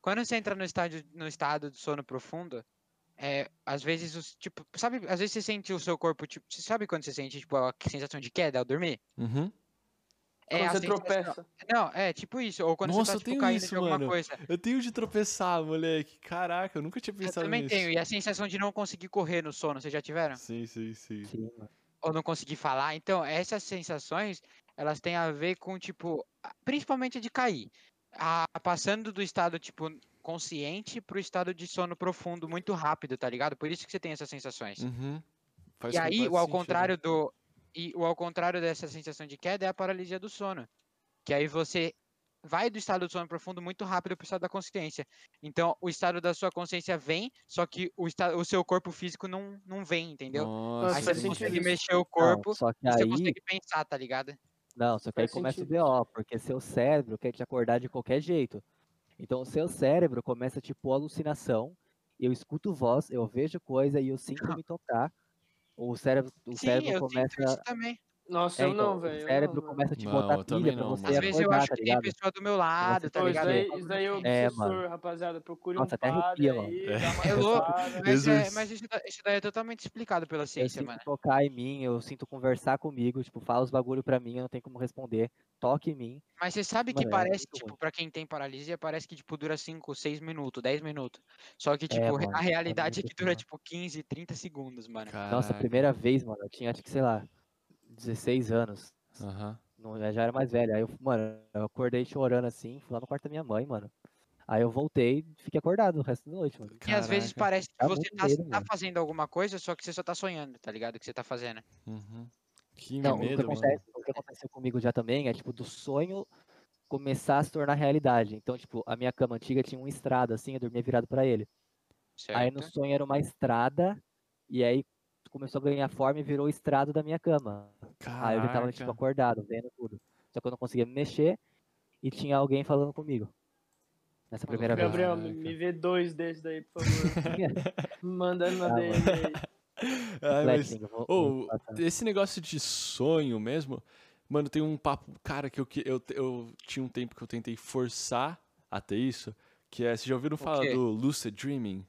A: Quando você entra no, estádio, no estado de sono profundo, é, às vezes os. Tipo, sabe, às vezes você sente o seu corpo, tipo. Você sabe quando você sente, tipo, a sensação de queda ao dormir?
B: Uhum.
A: É a
C: Quando você
A: sensação-
C: tropeça.
A: Não, é tipo isso. Ou quando
B: Nossa,
A: você
B: eu
A: tá tipo,
B: tenho
A: caindo
B: isso,
A: de alguma
B: mano.
A: coisa.
B: Eu tenho de tropeçar, moleque. Caraca, eu nunca tinha
A: Eu
B: pensado
A: também
C: é
B: nisso.
A: tenho. E a sensação de não conseguir correr no sono, vocês já tiveram?
B: Sim, sim, sim.
D: Sim, então, mano.
A: ou não conseguir falar. Então, essas sensações, elas têm a ver com, tipo, a- principalmente de cair. A, passando do estado, tipo, consciente pro estado de sono profundo muito rápido, tá ligado? Por isso que você tem essas sensações.
B: Uhum. Faz
A: e aí,
B: completo
A: o ao
B: sentido. né?
A: contrário do. E o ao contrário dessa sensação de queda é a paralisia do sono. Que aí você vai do estado do sono profundo muito rápido pro estado da consciência. Então, o estado da sua consciência vem, só que o, esta- o seu corpo físico não, não vem, entendeu?
B: Nossa,
A: Aí
C: faz
A: você
B: eu não
C: sentido.
A: consegue
B: sei.
A: mexer o
D: Não,
A: corpo,
D: só que
A: e você
D: aí,
A: consegue pensar, tá ligado?
D: não, só que aí
C: Faz
D: começa o
C: sentido.
D: BO, porque seu cérebro quer te acordar de qualquer jeito. Então, o seu cérebro começa, tipo, alucinação. Eu escuto voz, eu vejo coisa e eu sinto me tocar. O cérebro, o
A: Sim,
D: cérebro
A: eu
D: começa.
A: sinto isso também.
C: Nossa,
D: É,
C: eu
D: então,
C: não, velho. eu
D: O
C: não,
D: cérebro
C: mano.
D: começa a te
B: Não, eu
D: botar
B: também
D: pilha pra
B: não,
D: você
B: mano.
A: Às vezes eu
D: acordar,
A: acho
D: tá
A: que é tem
D: ligado?
A: pessoa do meu lado, tá
C: Pô, isso
A: ligado?
C: daí, isso daí é
D: É,
C: obsessor, rapaziada. Procure um
D: Nossa, até
C: padre
D: arrepia,
C: aí,
B: mano.
C: dá uma
A: É louco, [LAUGHS]
C: rezada.
A: Mas, é,
B: Jesus.
A: mas isso, da- isso daí é totalmente explicado pela
D: Eu
A: ciência,
D: sinto
A: mano.
D: tocar em mim, eu sinto conversar comigo, tipo, fala os bagulho pra mim, eu não tenho como responder, toque em mim.
A: Mas você sabe que
D: Mano, é
A: parece,
D: muito
A: tipo,
D: ruim.
A: pra quem tem paralisia, parece que, tipo, dura 5, 6 minutos, 10 minutos. Só que,
D: É,
A: tipo, re-
D: mano,
A: a
D: é
A: realidade é
D: muito
A: que dura,
D: bizarro.
A: tipo, 15, 30 segundos, mano.
D: Nossa, a
B: Caraca.
D: primeira vez, mano, eu tinha, acho que, sei lá, 16 anos.
B: Aham.
D: Não, eu já era mais velho. Aí eu, mano, eu acordei chorando assim, fui lá no quarto da minha mãe, mano. Aí eu voltei e fiquei acordado o resto da noite, mano.
A: E às vezes
B: Caraca.
A: parece que
D: Dá
A: você
D: muito
A: tá,
D: medo,
A: tá
D: mano.
A: fazendo alguma coisa, só que você só tá sonhando, tá ligado? O que você tá fazendo.
B: Uhum. Que
D: Não, o que,
B: medo, mano.
D: acontece, o que aconteceu comigo já também é, tipo, do sonho começar a se tornar realidade. Então, tipo, a minha cama antiga tinha uma estrada, assim, eu dormia virado pra ele. Aí no
A: Certo?
D: sonho era uma estrada, e aí começou a ganhar forma e virou o estrado da minha cama. Aí eu já tava, tipo,
B: Caraca.
D: acordado, vendo tudo. Só que eu não conseguia me mexer e tinha alguém falando comigo.
A: Maluco.
D: Nessa primeira vez.
C: Gabriel, me,
B: Caraca.
C: me vê dois desses daí, por favor.
D: [LAUGHS]
C: Manda na
D: Ah,
C: DM aí.
B: Ai, mas-
D: Fletching, eu vou-
B: Ou
D: vou passar.
C: É.
B: esse negócio de sonho mesmo, mano, tem um papo, cara, que eu, que eu, eu tinha um tempo que eu tentei forçar até isso, que é, vocês já ouviram falar
A: quê?
B: do lucid dreaming?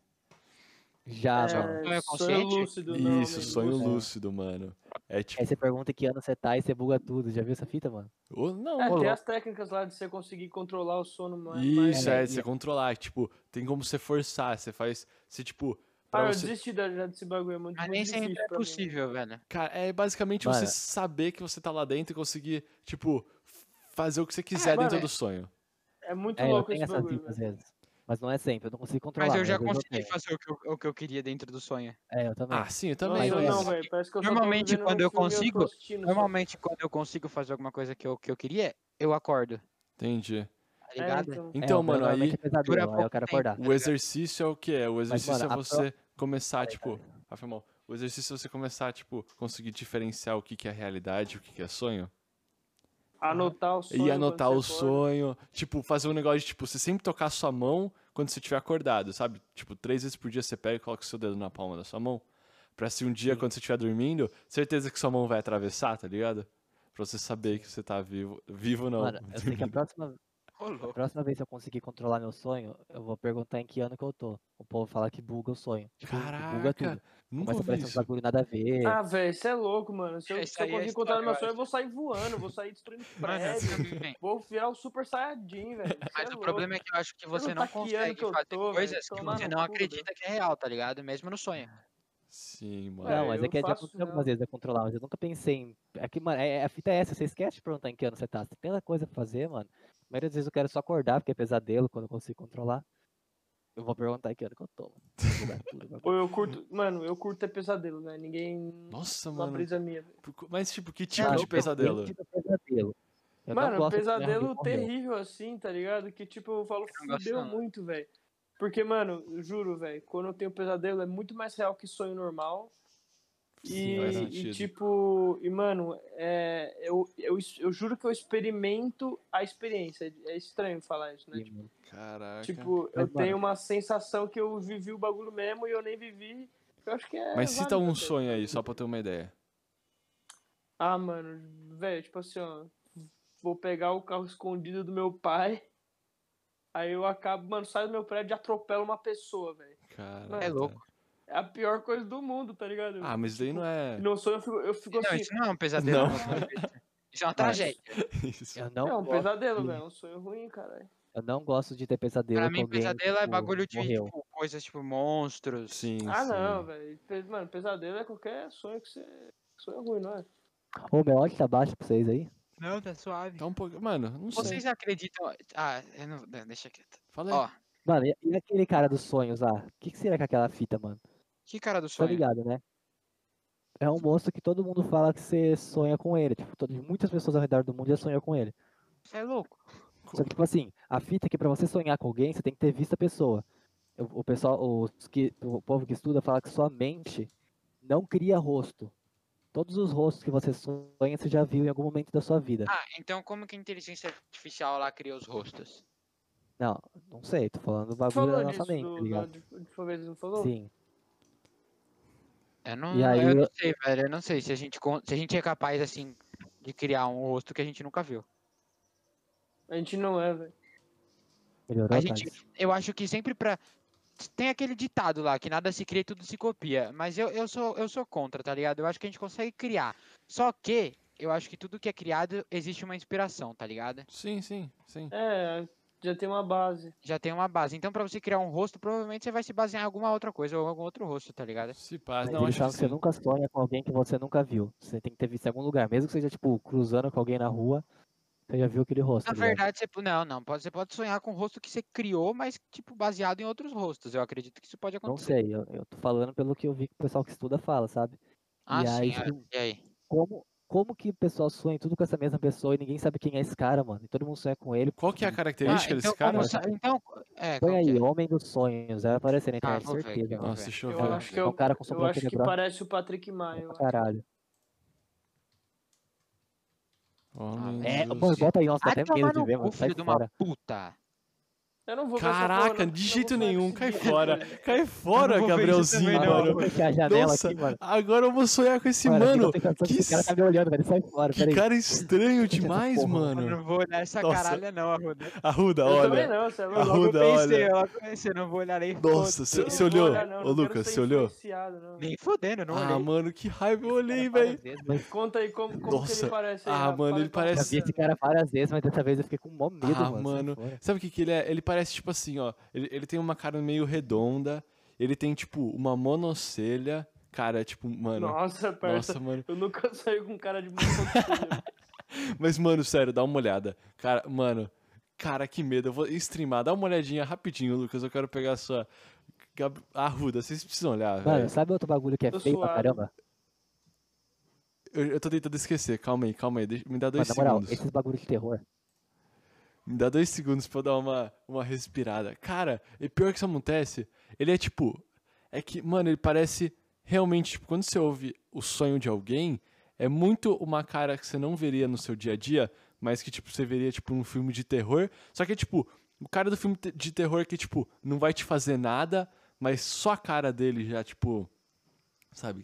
D: Já,
C: É,
D: mano.
A: Sonho
C: sonho
A: consciente?
C: lúcido. não,
B: Isso,
C: nem
B: sonho
C: lúcido.
B: lúcido, mano. É tipo.
D: Aí você pergunta que ano você tá e você buga tudo. Já viu essa fita, mano?
B: ô, não,
C: É,
B: ô,
C: tem as técnicas lá de você conseguir controlar o sono mais. mais-
B: Isso, é,
D: É,
B: de você controlar. Tipo, tem como você forçar. Você faz. Você, tipo.
C: Ah,
B: pra
C: eu
B: você-
C: desisti da- já desse bagulho, é muito,
A: Mas
C: muito
A: nem
C: difícil
A: sempre é
C: pra mim. né?
A: possível, velho.
B: Cara, é basicamente você
D: Mano.
B: saber que você tá lá dentro e conseguir, tipo, f- fazer o que você quiser
C: mano,
B: dentro
C: é-
B: do sonho.
C: É muito
D: É, eu
C: louco
D: tenho
C: esse
D: essas
C: bagulho.
D: fitas
C: velho.
D: às vezes. Mas não é sempre, eu não consigo controlar.
A: Mas eu já
D: às vezes
A: consegui
D: tenho.
A: fazer o que eu, o que eu queria dentro do sonho.
D: É, eu também.
B: Ah, sim, eu
C: Nossa,
B: também.
D: Mas
C: eu
B: mas-
C: não, velho. Parece que eu só tô
A: Normalmente,
C: vivendo
A: quando
C: num
A: eu
C: filme e
A: consigo,
C: tô assistindo só.
A: Normalmente, quando eu consigo fazer alguma coisa que eu, que eu queria, eu acordo,
B: Entendi.
A: tá
C: É,
A: ligado?
C: então.
D: É,
B: Então,
D: o meu
B: mano,
D: normalmente
B: aí
D: é pesadelo,
A: dura
D: aí
A: pouco
D: eu quero
A: tempo.
D: acordar.
B: o exercício é o que é? O exercício
D: mano,
B: é
D: a
B: você começar, tipo. Rafael, mal. o exercício é você começar, tipo, conseguir diferenciar o que, que é realidade e o que, que é sonho.
C: Anotar o sonho.
B: e anotar
D: é
C: quando
B: o
C: você acorda.
B: sonho. Tipo, fazer um negócio de, tipo, você sempre tocar a sua mão quando você estiver acordado, sabe? Tipo, três vezes por dia você pega e coloca o seu dedo na palma da sua mão. Pra se um dia, quando você estiver dormindo, certeza que sua mão vai atravessar, tá ligado? Pra você saber que você tá vivo. Vivo não.
D: Mano, eu sei que a próxima,
A: Ô,
D: a
A: louco.
D: próxima vez que eu conseguir controlar meu sonho, eu vou perguntar em que ano que eu tô. O povo fala que buga o sonho. Tipo, que buga
B: Caraca,
D: tudo.
B: nunca
D: Começa a
B: ouvi
D: aparecer uns
B: isso.
D: bagulho nada a ver.
C: Ah, velho, isso é louco, mano. Se eu,
A: Isso
C: se eu
A: aí é
C: conseguir controlar meu
A: história,
C: sonho, eu vou sair voando, vou sair destruindo
A: [LAUGHS] Mano, assim,
C: prédio.
A: tudo bem.
C: Vou virar o Super Saiyajin, velho. Isso é
A: Mas o
C: louco.
A: problema é que eu acho que você
C: não
A: não
C: tá que ano
A: consegue
C: que eu
A: fazer
C: tô, velho,
A: coisas que
C: tomar
A: você
C: no
A: não
C: cu,
A: acredita que é real, tá ligado? Mesmo no sonho.
B: Sim, mano.
D: Não,
C: é,
D: mas
C: eu
D: é que já
C: faço
D: aconteceu
C: não.
D: algumas vezes eu controlar, mas eu nunca pensei em. É que, mano, é- é- a fita é essa, você esquece de perguntar em que ano você tá. Você tem tanta coisa pra fazer, mano. A maioria das vezes eu quero só acordar, porque é pesadelo quando eu consigo controlar. Eu vou perguntar em que ano que eu tô. mano. Vou bugar tudo,
C: [LAUGHS]
D: vou
C: Pô, eu curto. Mano, eu curto ter pesadelo, né? Ninguém.
B: Nossa,
C: Uma
B: mano.
C: brisa minha. velho.
B: por co- Mas, tipo, que tipo
D: Cara,
B: de
D: eu prefiro
B: pesadelo?
D: tipo pesadelo. Eu não
C: Mano,
D: gosto de
C: pesadelo
D: sonhar que morreu.
C: terrível assim, tá ligado? Que tipo, eu falo,
A: não gosto
C: fudeu
A: não.
C: muito, velho. Porque, mano, eu juro, velho, quando eu tenho pesadelo é muito mais real que sonho normal.
B: Sim,
C: E,
B: faz
C: e,
B: sentido.
C: tipo, e mano, é, eu, eu, eu juro que eu experimento a experiência. É estranho falar isso, né?
D: E, mano,
B: Caraca.
C: Tipo, eu
D: Mas, mano-
C: tenho uma sensação que eu vivi o bagulho mesmo e eu nem vivi. Eu acho que é.
B: Mas cita um
C: válido até.
B: sonho aí, só pra eu ter uma ideia.
C: Ah, mano, velho, tipo assim, ó. Vou pegar o carro escondido do meu pai. Aí eu acabo, mano, saio do meu prédio e atropelo uma pessoa, velho.
B: Caraca.
A: louco.
C: É a pior coisa do mundo, tá ligado?
B: Ah, mas daí não
C: [LAUGHS]
B: é.
C: No sonho eu fico, eu fico
A: Não,
C: assim.
A: isso não é um pesadelo.
B: Não.
A: mano. Isso é uma
D: Mas-
A: tragédia.
B: Isso.
D: Eu
C: É
D: não,
C: um
D: gosto,
C: pesadelo,
D: de-
C: velho. É um sonho ruim, caralho.
D: eu não gosto de ter pesadelo.
A: Pra
D: que
A: mim,
D: alguém,
A: pesadelo é
D: tipo,
A: bagulho de
D: morreu.
A: tipo, coisas tipo monstros.
B: Sim,
C: Ah,
B: sim.
C: não, velho. Pe- Mano, pesadelo é qualquer sonho que você. Sonho ruim, não é?
A: tipo
D: Ô, meu áudio tá baixo pra vocês aí?
A: Não, tá suave.
D: Então,
B: Tá um pouco. Mano, não sei.
A: Então, Vocês acreditam. Ah, eu não... não, deixa quieto.
B: Fala aí.
A: Ó,
D: Mano, e- e aquele cara dos sonhos lá? O que, que será que é aquela fita, mano?
A: que cara do
D: Tá
A: sonho.
D: ligado, né? É um monstro que todo mundo fala que você sonha com ele. Tipo, todo- muitas pessoas ao redor do mundo já sonham com ele.
A: Você é louco.
D: Só que, tipo assim, a fita é que pra você sonhar com alguém, você tem que ter visto a pessoa. O, o pessoal, os que, o povo que estuda fala que sua mente não cria rosto. Todos os rostos que você sonha, você já viu em algum momento da sua vida.
A: Ah, então como que a inteligência artificial lá cria os rostos?
D: Não, não sei, tô falando do bagulho da
C: Falou
D: nossa
C: disso,
D: mente, tá
C: do, da,
D: ligado?
C: de, de favoritos, não falou?
D: Sim.
A: Eu não,
D: E aí
A: eu não
D: eu-
A: sei, velho. Eu não sei se a gente, con- se a gente é capaz, assim, de criar um rosto que a gente nunca viu.
C: A gente não é, velho.
D: Melhorou,
A: A
D: a
A: gente, eu acho que sempre pra. Tem aquele ditado lá, que nada se cria e tudo se copia. Mas eu, eu, sou, eu sou contra, tá ligado? Eu acho que a gente consegue criar. Só que eu acho que tudo que é criado existe uma inspiração, tá ligado?
B: Sim, sim, sim.
C: É, já tem uma base.
A: Já tem uma base. Então, pra você criar um rosto, provavelmente você vai se basear em alguma outra coisa ou algum outro rosto, tá ligado?
B: Se passa.
D: Mas
B: Não, tipo
D: ele
B: acho
D: fala
B: que
D: que você
B: sim.
D: nunca sonha com alguém que você nunca viu. Você tem que ter visto em algum lugar. Mesmo que seja, tipo, cruzando com alguém na rua, você já viu aquele rosto.
A: Na
D: tá ligado?
A: verdade, você. po- Não, não. Pode, você pode sonhar com o rosto que você criou, mas, tipo, baseado em outros rostos. Eu acredito que isso pode
D: Não
A: acontecer.
D: sei, eu, eu tô falando pelo que eu vi que o pessoal que estuda fala, sabe?
A: Ah,
D: e aí,
A: sim. é.
D: tipo,
A: E aí?
D: como, como que o pessoal sonha tudo com essa mesma pessoa e ninguém sabe quem é esse cara, mano? E todo mundo sonha com ele.
B: Qual que é a
D: Hum,
A: Ah,
B: característica
A: então,
B: desse
A: como
B: cara?
D: mano?
A: sa- então, é,
D: Põe
A: como que
D: aí,
A: é?
D: Homem dos Sonhos, vai aparecer na
B: Ah,
A: Tá,
D: internet,
A: vou ver aqui,
D: certeza,
A: ó.
D: mano.
B: Nossa, deixa eu
C: Eu
B: ver.
C: acho que
D: É
C: eu,
D: um cara com
C: eu acho
D: sobrancelha
C: que
D: branca.
C: parece o Patrick Maia. eu
D: Pra
C: acho.
D: caralho.
B: Homem
A: Ah,
D: É,
B: dos-
D: mano, bota aí, nossa,
A: Vai
D: dá até
B: É,
A: tomar
D: medo de
A: no
D: ver,
A: cu,
D: mano. Sai
A: filho de uma
D: fora.
A: puta.
C: Eu não vou ver essa porra,
B: Caraca,
C: não.
B: de
C: Eu não
B: jeito
C: vou ver
B: nenhum,
C: esse
B: cai
C: vídeo,
B: fora.
C: velho.
B: Cai fora,
A: Eu não vou ver isso
B: Gabrielzinho,
A: também,
D: Mano,
B: mano.
D: eu vou fechar a janela
B: Nossa,
D: aqui, mano.
B: Agora eu vou sonhar com esse
D: Mano,
B: mano.
D: eu tenho
B: que
D: que... O cara tá me olhando, velho. Sai fora,
B: Que
D: peraí.
B: cara estranho demais,
D: porra,
A: Eu
B: mano.
A: não vou olhar essa
B: Hum. Nossa.
A: caralha, não, Arruda.
B: Arruda,
C: Eu também
B: olha.
C: não, você é
A: Eu
C: louco.
B: Arruda,
A: logo pensei,
B: olha.
A: eu logo pensei, eu não vou olhar nem
B: Nossa,
C: Eu
B: você
C: não
B: você
C: vou
B: olhou?
C: olhar, não,
B: Ô,
C: não quero
B: Lucas,
C: ser
B: você olhou?
C: influenciado, não.
A: Nem fodendo, não
B: Ah,
A: olhei.
B: mano, que raiva eu
C: [LAUGHS]
B: olhei,
D: Várias
B: velho.
D: vezes, mas
C: Conta aí como, como que
B: Nossa.
C: ele é parece. aí,
B: Ah,
C: Rafa,
B: mano,
C: fala
B: ele
C: como
D: Já
B: parece-
D: vi esse cara várias vezes, mas dessa vez eu fiquei com mó medo,
B: Ah,
D: mano.
B: mano.
D: Sai fora.
B: Sabe o que, que ele é? Ele parece, tipo assim, ó. Ele, ele tem uma cara meio redonda. Ele tem, tipo, uma monocelha. Cara, tipo, mano.
C: Nossa, parça.
B: nossa um mano.
C: Eu nunca saí com um
B: [LAUGHS]
C: cara de monocelha.
B: Mas, mano, sério, dá uma olhada. Cara, mano, cara, que medo. Eu vou streamar. Dá uma olhadinha rapidinho, Lucas. Eu quero pegar a sua. Gab- Arruda, vocês precisam olhar,
D: Mano,
B: velho.
D: sabe outro bagulho que é
C: Tô
D: feio pra
C: suado.
D: caramba?
B: Eu, eu tô tentando esquecer. Calma aí, calma aí. deixa- me dá dois
D: Mas na moral,
B: segundos.
D: esses bagulhos de terror.
B: Me dá dois segundos pra eu dar uma, uma respirada. Cara, e pior que isso acontece, ele é tipo. É que, mano, ele parece realmente, tipo, quando você ouve o sonho de alguém, é muito uma cara que você não veria no seu dia a dia, mas que, tipo, você veria, tipo, num filme de terror. Só que é tipo, o cara do filme te- de terror que, tipo, não vai te fazer nada, mas só a cara dele já, tipo. Sabe?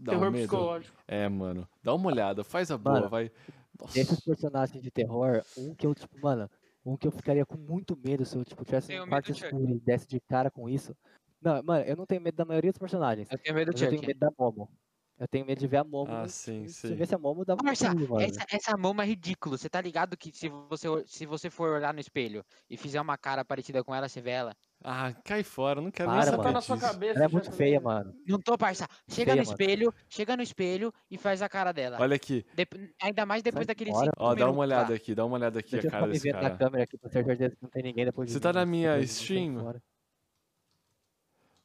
B: Dá um
C: Terror
B: medo.
C: psicológico.
B: É, mano. Dá uma olhada, faz a boa,
D: Mano,
B: vai. Nossa.
D: Desses personagens de terror, um que eu, tipo, mano, um que eu ficaria com muito medo se eu, tipo, tivesse
A: Tenho
D: um quarto
A: medo do Chuck.
D: escuro e desse de cara com isso. Não, mano, eu não tenho medo da maioria dos personagens.
A: Eu tenho medo
D: Mas eu tenho medo da Momo. Eu tenho medo de ver a Momo.
B: Ah,
D: no-
B: sim,
D: se
B: sim.
D: eu visse a Momo, dava um
A: Marcia,
D: pulo, mano.
A: Essa, essa mama é ridícula. Você tá ligado que se você, ol- se você for olhar no espelho e fizer uma cara parecida com ela, você vê ela?
B: Ah, cai fora, não quero nem
D: Para,
C: Essa
B: saber
C: tá
D: mano.
C: na sua
B: disso.
C: cabeça.
D: Ela é
C: já
D: muito
C: também,
D: feia,
C: né?
D: mano.
A: Não tô, parça. Chega no
D: Feia, mano.
A: espelho, chega no espelho e faz a cara dela.
B: Olha aqui,
A: Dep- ainda mais depois
D: Sai
A: daquele
D: fora,
B: ó, dá uma olhada
A: aqui.
B: aqui, dá uma olhada aqui
D: Deixa
B: a
D: eu
B: cara
D: ficar me
B: desse
D: vendo na
B: cara.
D: câmera aqui pra ter certeza que não tem ninguém depois de
B: Você
D: mim,
B: tá na
D: nossa,
B: minha
D: depois eu vou sair
B: stream?
D: fora.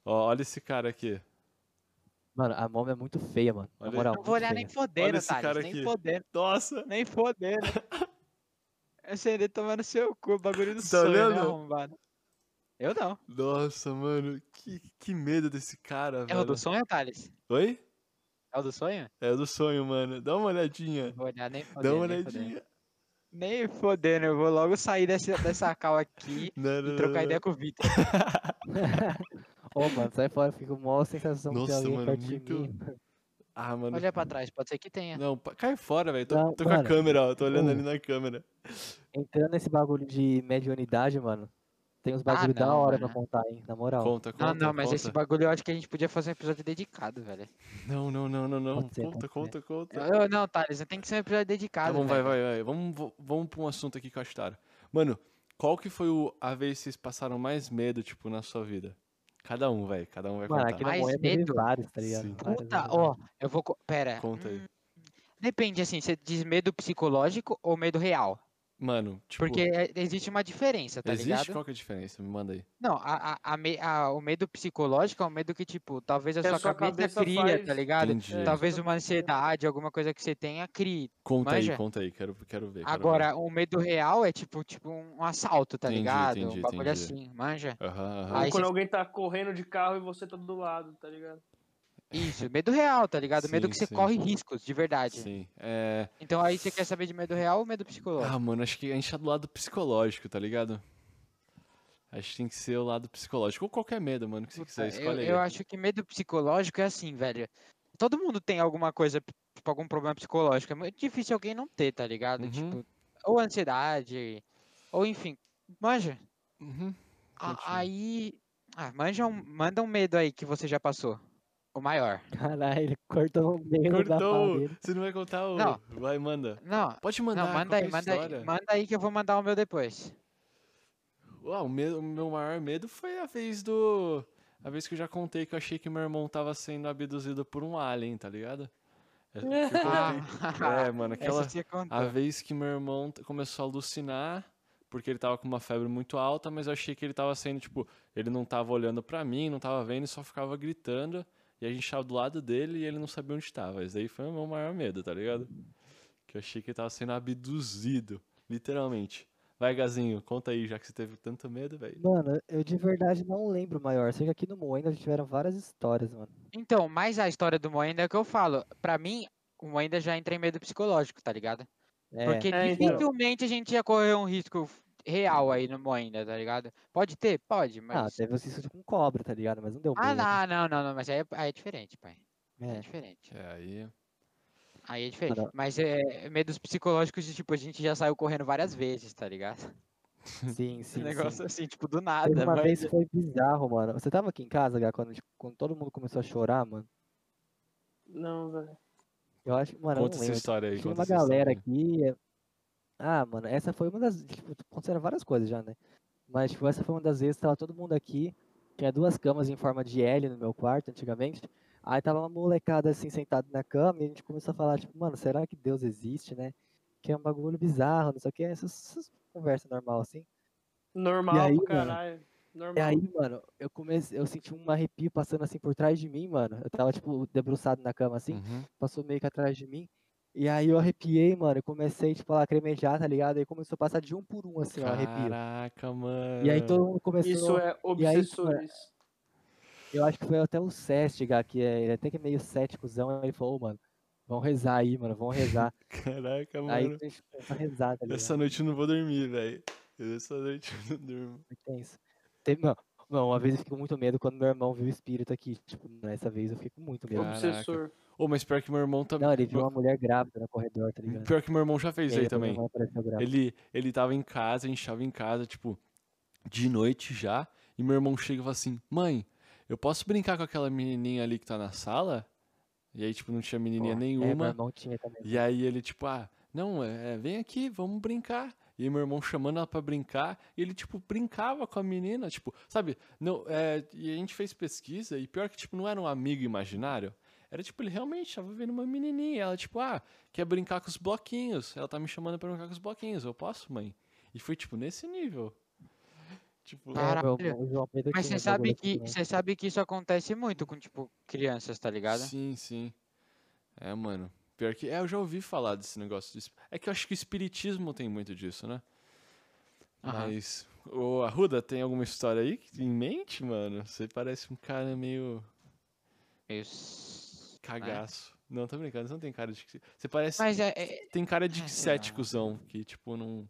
B: Ó, olha esse cara aqui.
D: Mano, a Momo é muito feia, mano. Na
B: Olha aí.
D: moral,
A: Não vou
D: muito
A: olhar nem
D: feia.
B: então. Olha
A: fodendo,
B: esse cara
A: Thales. Nem
B: aqui.
A: fodendo,
B: Nossa,
A: nem né? fodendo.
B: [LAUGHS]
A: Eu seria tomando seu cu, bagulho do
B: Tá
A: sonho, né,
B: olhando?
A: arrombado? Eu não.
B: nossa, mano, que, que medo desse cara,
A: É o
B: velho.
A: do sonho, Thales?
B: Oi?
A: É o do sonho?
B: É o do sonho, mano. Dá uma olhadinha.
A: Não Vou olhar nem
B: Dá
A: fodendo.
B: uma
A: nem fodendo.
B: olhadinha.
A: Nem fodendo, eu vou logo sair dessa, dessa cal aqui
B: Não, não,
A: e
B: não,
A: trocar
B: não.
A: ideia com o Vitor.
D: [LAUGHS] Ô, mano, sai fora, fica com maior sensação de
B: Nossa,
D: alguém
B: mano,
D: perto de
B: muito-
D: mim.
B: Ah, mano.
A: Olha pra trás, pode ser que tenha.
B: Não, pa- cai fora, velho. Tô,
D: Não,
B: tô com a
D: mano.
B: câmera, ó. Tô olhando
D: Ô.
B: ali na câmera.
D: Entrando nesse bagulho de mediunidade, mano, tem uns bagulho da
A: Ah, não, né?
D: hora
A: mano.
D: pra contar, hein? Na moral.
B: Conta,
A: Ah, Não,
B: conta.
A: não, mas
B: conta.
A: esse bagulho eu acho que a gente podia fazer um episódio dedicado, velho.
B: Não, não, não, não, não.
D: Pode ser,
B: Conta,
D: pode
B: conta, conta.
A: Eu, não, Thales, tem que ser um episódio
B: Tá
A: dedicado.
B: bom, É. vai,
A: velho.
B: vai, vai. Vamos, vo- vamos pra um assunto aqui que eu acho da hora. Mano, qual que foi o, a vez que vocês passaram mais medo, tipo, na sua vida? Cada um, velho. Cada um vai
D: Mano,
B: contar.
D: aqui na
A: Mais
D: Moema tem
A: medo?
D: vários, tá ligado?
B: Sim.
D: Vários,
A: Puta,
D: vários,
A: ó,
D: vários.
A: eu vou. co- Pera.
B: Conta aí.
A: hum, Depende, assim, você diz medo psicológico ou medo real?
B: Mano, tipo,
A: Porque é- existe uma diferença, tá
B: existe?
A: ligado?
B: Qual que é a diferença? Me manda aí.
A: Não, a, a, a me- a- o medo psicológico é um medo que, tipo, talvez a
C: Que a
A: sua
C: sua
A: cabeça
C: cabeça
A: cria, tá
C: faz-
A: ligado?
B: Entendi.
C: É,
A: Talvez
C: exatamente.
A: uma ansiedade, alguma coisa que você tenha, crie.
B: Conta aí,
A: manja.
B: conta aí. Quero, quero ver. quero ver.
A: Agora, o medo real é tipo, tipo um assalto, tá
B: Entendi,
A: ligado?
B: entendi,
A: um bagulho
B: entendi.
A: assim, manja.
B: Aham,
C: Ou
B: aham.
A: Aí
C: quando
A: cê-
C: alguém tá correndo de carro e você tá do lado, tá ligado?
A: Isso, medo real, tá ligado? medo que
B: Sim,
A: você
B: sim.
A: corre riscos, de verdade.
B: Sim. É...
A: Então aí você quer saber de medo real ou medo psicológico?
B: Ah, mano, acho que a gente tá do lado psicológico, tá ligado? Acho que tem que ser o lado psicológico. Ou qualquer medo, mano, que você
A: Puta,
B: quiser.
A: eu,
B: Escolhe aí.
A: eu acho que medo psicológico é assim, velho. Todo mundo tem alguma coisa, tipo, algum problema psicológico. É muito difícil alguém não ter, tá ligado?
B: Uhum.
A: Tipo, ou ansiedade, ou enfim, manja.
B: Uhum.
A: A-
B: Continua.
A: aí. Ah, manja um, manda um medo aí que você já passou. O maior.
D: Caralho, ele cortou o meio da fala
B: Cortou!
D: dele.
B: Você não vai contar o.
A: Não.
B: Vai, manda.
A: Não,
B: Pode mandar,
A: Não, manda aí,
B: qualquer
A: manda
B: história.
A: aí, manda aí que eu vou mandar o meu depois.
B: Uau, o meu, o meu maior medo foi a vez do. A vez que eu já contei que eu achei que meu irmão tava sendo abduzido por um alien, tá ligado? É, que eu
A: [LAUGHS]
B: contei. É, mano,
A: Ah,
B: aquela.
A: essa você contou.
B: A vez que meu irmão t- começou a alucinar, porque ele tava com uma febre muito alta, mas eu achei que ele tava sendo, tipo, ele não tava olhando pra mim, não tava vendo, e só ficava gritando. E a gente tava do lado dele e ele não sabia onde tava. Esse daí foi o meu maior medo, tá ligado? Que eu achei que ele tava sendo abduzido, literalmente. Vai, Gazinho, conta aí, já que você teve tanto medo, velho.
D: Mano, eu de verdade não lembro o maior. Sei que aqui no Moenda tiveram várias histórias, mano.
A: Então, mas a história do Moenda é o que eu falo. Pra mim, o Moenda já entra em medo psicológico, tá ligado?
D: É,
A: Porque
C: É, então.
A: dificilmente a gente ia correr um risco real aí no Moinda, tá ligado? Pode ter? Pode, mas.
D: Ah, teve um suicídio com cobra, tá ligado? Mas não deu
A: Ah,
D: boa.
A: não, não, não, não, mas aí é, aí é diferente, pai. Aí É
D: É.
A: diferente.
B: É, aí.
A: Aí é diferente.
D: Cara-
A: Mas é medos psicológicos de tipo, a gente já saiu correndo várias vezes, tá ligado? [LAUGHS]
D: Sim, sim,
A: Esse negócio
D: sim.
A: assim, tipo, do
D: Teve
A: nada.
D: uma
A: mas-
D: vez que foi bizarro, mano. Você tava aqui em casa, Gá, quando, a gente- quando todo mundo começou a chorar, mano?
C: Não, velho.
D: Eu acho, mano, eu
B: Conta
D: não
B: essa
D: lembro.
B: história aí.
D: Tinha
B: Conta
D: uma
B: essa
D: galera
B: história.
D: aqui. é- Ah, mano, essa foi uma das. Tipo, aconteceram várias coisas já, né? Mas, tipo, essa foi uma das vezes que tava todo mundo aqui. Tinha duas camas em forma de L no meu quarto, antigamente. Aí tava uma molecada assim, sentada na cama, e a gente começou a falar, tipo, mano, será que Deus existe, né? Que é um bagulho bizarro, não sei o que, essas, essas conversas normal, assim. E
C: Normal
D: aí,
C: pro
D: mano?
C: caralho.
D: E
C: Normal.
D: aí, mano, eu comecei, eu senti um arrepio passando assim por trás de mim, mano. Eu tava, tipo, debruçado na cama, assim
B: Uhum.
D: passou meio que atrás de mim. E aí eu arrepiei, mano. Eu comecei, tipo, a cremejar, tá ligado? Aí começou a passar de um por um, assim, ó, arrepio.
B: Caraca, mano.
D: E aí todo mundo começou.
C: Isso é
D: E aí, tipo,
C: obsessores.
D: Eu acho que foi até o Sest, Gá, que é, ele até que é meio céticozão. Ele falou, "Ô, mano, vão rezar aí, mano, vão
B: [LAUGHS]
D: rezar.
B: Caraca,
D: aí
B: mano.
D: a gente começou a rezar, tá ligado?
B: Essa noite eu não vou dormir, velho. Essa noite eu não durmo.
D: Foi tenso. Teve, não, não, uma vez eu fiquei com muito medo quando meu irmão viu o espírito aqui. Tipo, nessa vez eu fiquei com muito medo.
B: Caraca.
C: Obsessor.
B: Ô, mas pior que meu irmão também.
D: Não, ele viu uma mulher grávida no corredor, tá ligado?
B: Pior que meu irmão já fez
D: E
B: isso aí
D: depois
B: também.
D: meu irmão tá apareceu grávida.
B: Ele, ele tava em casa, a gente tava em casa, tipo, de noite já. E meu irmão chega e fala assim: Mãe, eu posso brincar com aquela menininha ali que tá na sala? E aí, tipo, não tinha menininha
D: Porra, É, meu
B: nenhuma.
D: irmão tinha também.
B: E aí ele, tipo, ah, não, é, é, vem aqui, vamos brincar. E meu irmão chamando ela pra brincar, e ele, tipo, brincava com a menina, tipo, sabe? Não, é, e a gente fez pesquisa, e pior que, tipo, não era um amigo imaginário. Era, tipo, ele realmente tava vendo uma menininha. e Ela, tipo, ah, quer brincar com os bloquinhos. Ela tá me chamando pra brincar com os bloquinhos. Eu posso, mãe? E foi, tipo, nesse nível. Tipo,
A: Ah,
D: É, meu-
A: Caralho.
D: o João Pedro
A: Mas você
D: tinha esse
A: sabe
D: bagulho assim, né?
A: que
D: também.
A: você sabe que isso acontece muito com tipo crianças, tá ligado?
B: Sim, sim. É, mano. Pior que. É, eu já ouvi falar desse negócio. de esp- É que eu acho que o espiritismo tem muito disso, né?
A: Aham.
B: Mas. Ô, Arruda, tem alguma história aí que- em mente, mano? Você parece um cara meio
A: Meio s- né?
B: cagaço. Não, tô brincando, você não tem cara de. que- Você parece.
A: Mas é, é-
B: Tem cara de
A: Ah, sei lá.
B: céticozão, que tipo não.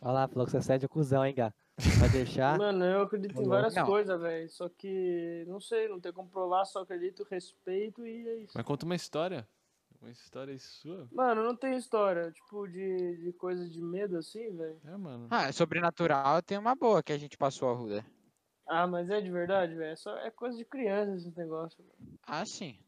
D: Olha lá, falou que você é de cuzão, hein, Gá. Vai
A: [LAUGHS]
D: deixar.
C: Mano, eu acredito em
D: Não.
C: várias
A: Não.
C: coisas, velho. Só que, não sei, não tem como provar, só acredito, respeito e é isso.
B: Mas conta uma história. Uma história aí sua.
C: Mano, não tem história, tipo, de, de coisa de medo assim, velho.
B: É, mano.
A: ah, sobrenatural tem uma boa que a gente passou a ruda.
C: Ah, mas é de verdade, velho. É só- É coisa de criança esse negócio.
A: Ah, sim.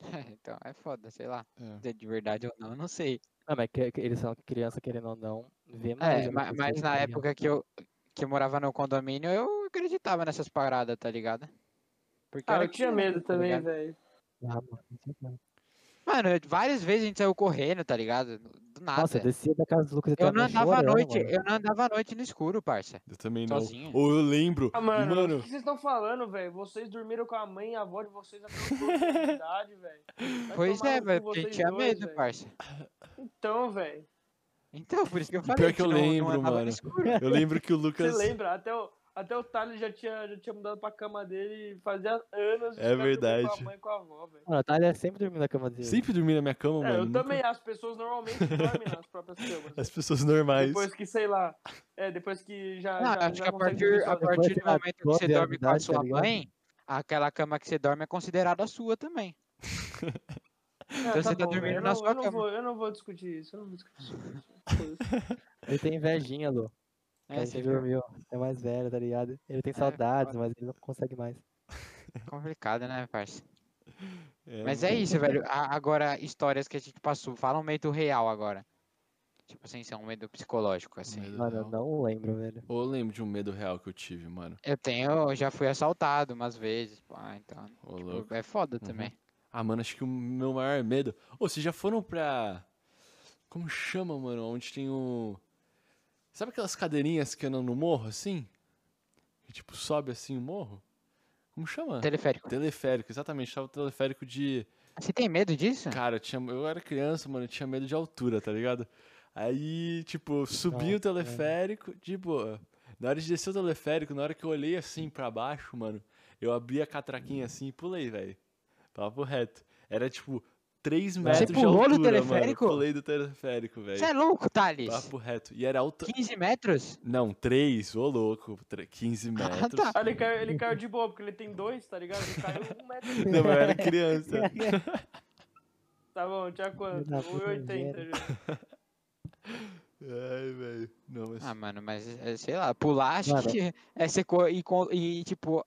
A: [LAUGHS] então é foda, sei lá.
B: É.
A: Se é de verdade ou não, eu não sei.
D: Não, mas que- que eles são criança querendo ou não, vê mais.
A: É,
D: alguma
A: ma-
D: coisa
A: mas
D: que
A: na
D: tá ligado.
A: época que eu que eu morava no condomínio, eu acreditava nessas paradas, tá ligado? Porque
C: Ah,
A: era
C: eu tinha
A: criança,
C: medo
A: tá
C: também,
A: ligado?
C: velho.
D: Ah, mano, com certeza.
A: Mano, eu- várias vezes a gente saiu correndo, tá ligado? Do nada.
D: Nossa, eu descia da casa do Lucas e
A: Eu
D: tava
A: não andava à
D: chorando,
A: noite,
D: um mano.
A: eu não andava à noite no escuro, parça.
B: Eu também não.
A: Sozinho.
B: Ou eu lembro.
C: Ah,
B: e,
C: mano, o
B: mano,
C: que vocês estão falando, velho? Vocês dormiram com a mãe e a avó de vocês até os 12 anos de idade, velho. Vai
A: Pois
C: tomar
A: é,
C: no cu
A: velho, porque a gente
C: vocês
A: tinha
C: dois,
A: medo,
C: velho.
A: parça.
C: Então, velho,
A: Então, por isso que eu
B: pior
A: falei
B: que eu
A: não- não
B: lembro,
A: andava no
B: mano.
A: escuro.
B: eu lembro que o
C: [LAUGHS] você
B: Lucas.
C: lembra? Até o, até o Thales já tinha, já tinha mudado pra cama dele fazia anos.
B: É
C: os caras dormiam Com
B: verdade.
C: a mãe e com a avó, velho.
D: Mano, a Thalia sempre dormiu na cama dele.
B: Sempre dormi na minha cama,
C: É,
B: mano.
C: eu
B: nunca- É
C: também, as pessoas
B: [LAUGHS]
C: normalmente dormem nas próprias camas.
B: As pessoas normais.
C: Depois que, sei lá, é, depois que já.
A: Não,
C: já,
A: Ah, acho
C: já
A: que a
C: consegue
A: partir,
C: dormir
A: a
C: sozinho.
A: partir do
D: Depois, ah,
A: momento que você
D: 12
A: dorme com a
D: anos de idade,
A: sua
D: tá ligado?
A: mãe, aquela cama que você dorme é considerada a sua também.
C: Ah,
A: você tá
C: bom, velho,
A: dormindo
C: eu
A: na
C: não-
A: sua
C: eu não
A: cama.
C: vou- Eu não vou discutir isso, eu não vou discutir
B: [LAUGHS]
C: isso. Foda-se.
D: Ele tem invejinha, Lu. que
A: É,
D: a
A: você
D: gente
A: viu?
D: dormiu. É mais velho, tá ligado? Ele tem saudades, mas ele não consegue mais.
A: Complicado, né, parça?
B: [LAUGHS] É,
A: Mas
B: mano.
A: é isso, velho. A- Agora, histórias que a gente passou. Fala um medo real agora. Tipo, sem ser um medo psicológico, assim.
B: Medo
D: Mano, eu
B: real.
D: não lembro, velho.
B: Ou eu lembro de um medo real que eu tive, mano.
A: Eu tenho, eu já fui assaltado umas vezes, pá, então.
B: Ô,
A: tipo,
B: louco.
A: é foda
B: Uhum.
A: também.
B: Ah, mano, acho que o meu maior medo. Ô, vocês já foram pra. Como chama, mano? Onde tem o. Sabe aquelas cadeirinhas que andam no morro assim? Que tipo sobe assim o morro? Como chama?
A: Teleférico.
B: Teleférico, exatamente. Tava o teleférico de.
A: Você tem medo disso?
B: Cara, eu, tinha, eu era criança, mano, eu tinha medo de altura, tá ligado? Aí, tipo, eu subi o
A: é.
D: Nossa, velho.
B: teleférico, de boa. Na hora de descer o teleférico, na hora que eu olhei assim pra
A: Hum.
B: baixo, mano, eu abri a catraquinha assim e pulei, velho. Papo reto. Era tipo 3 metros de
A: pulou do
B: altura,
A: teleférico?
B: mano. Pulei do teleférico, velho.
A: Você é louco, Thales?
B: Papo reto. E era alta...
A: 15 metros?
B: Não, 3, ô louco. tre- 15 metros.
A: tá.
C: Ah, ele caiu, ele caiu de boa, porque ele tem dois, tá ligado? Ele caiu um metro.
B: [LAUGHS] Não, mas eu
A: [LAUGHS]
B: era criança.
C: Tá bom, tinha quanto?
D: Filho da puta,
C: 1,80 já.
B: Ai, velho. Não, mas...
A: Ah, mano, mas é, sei lá, pular acho
D: Mano.
A: que é ser co- e, co- e, tipo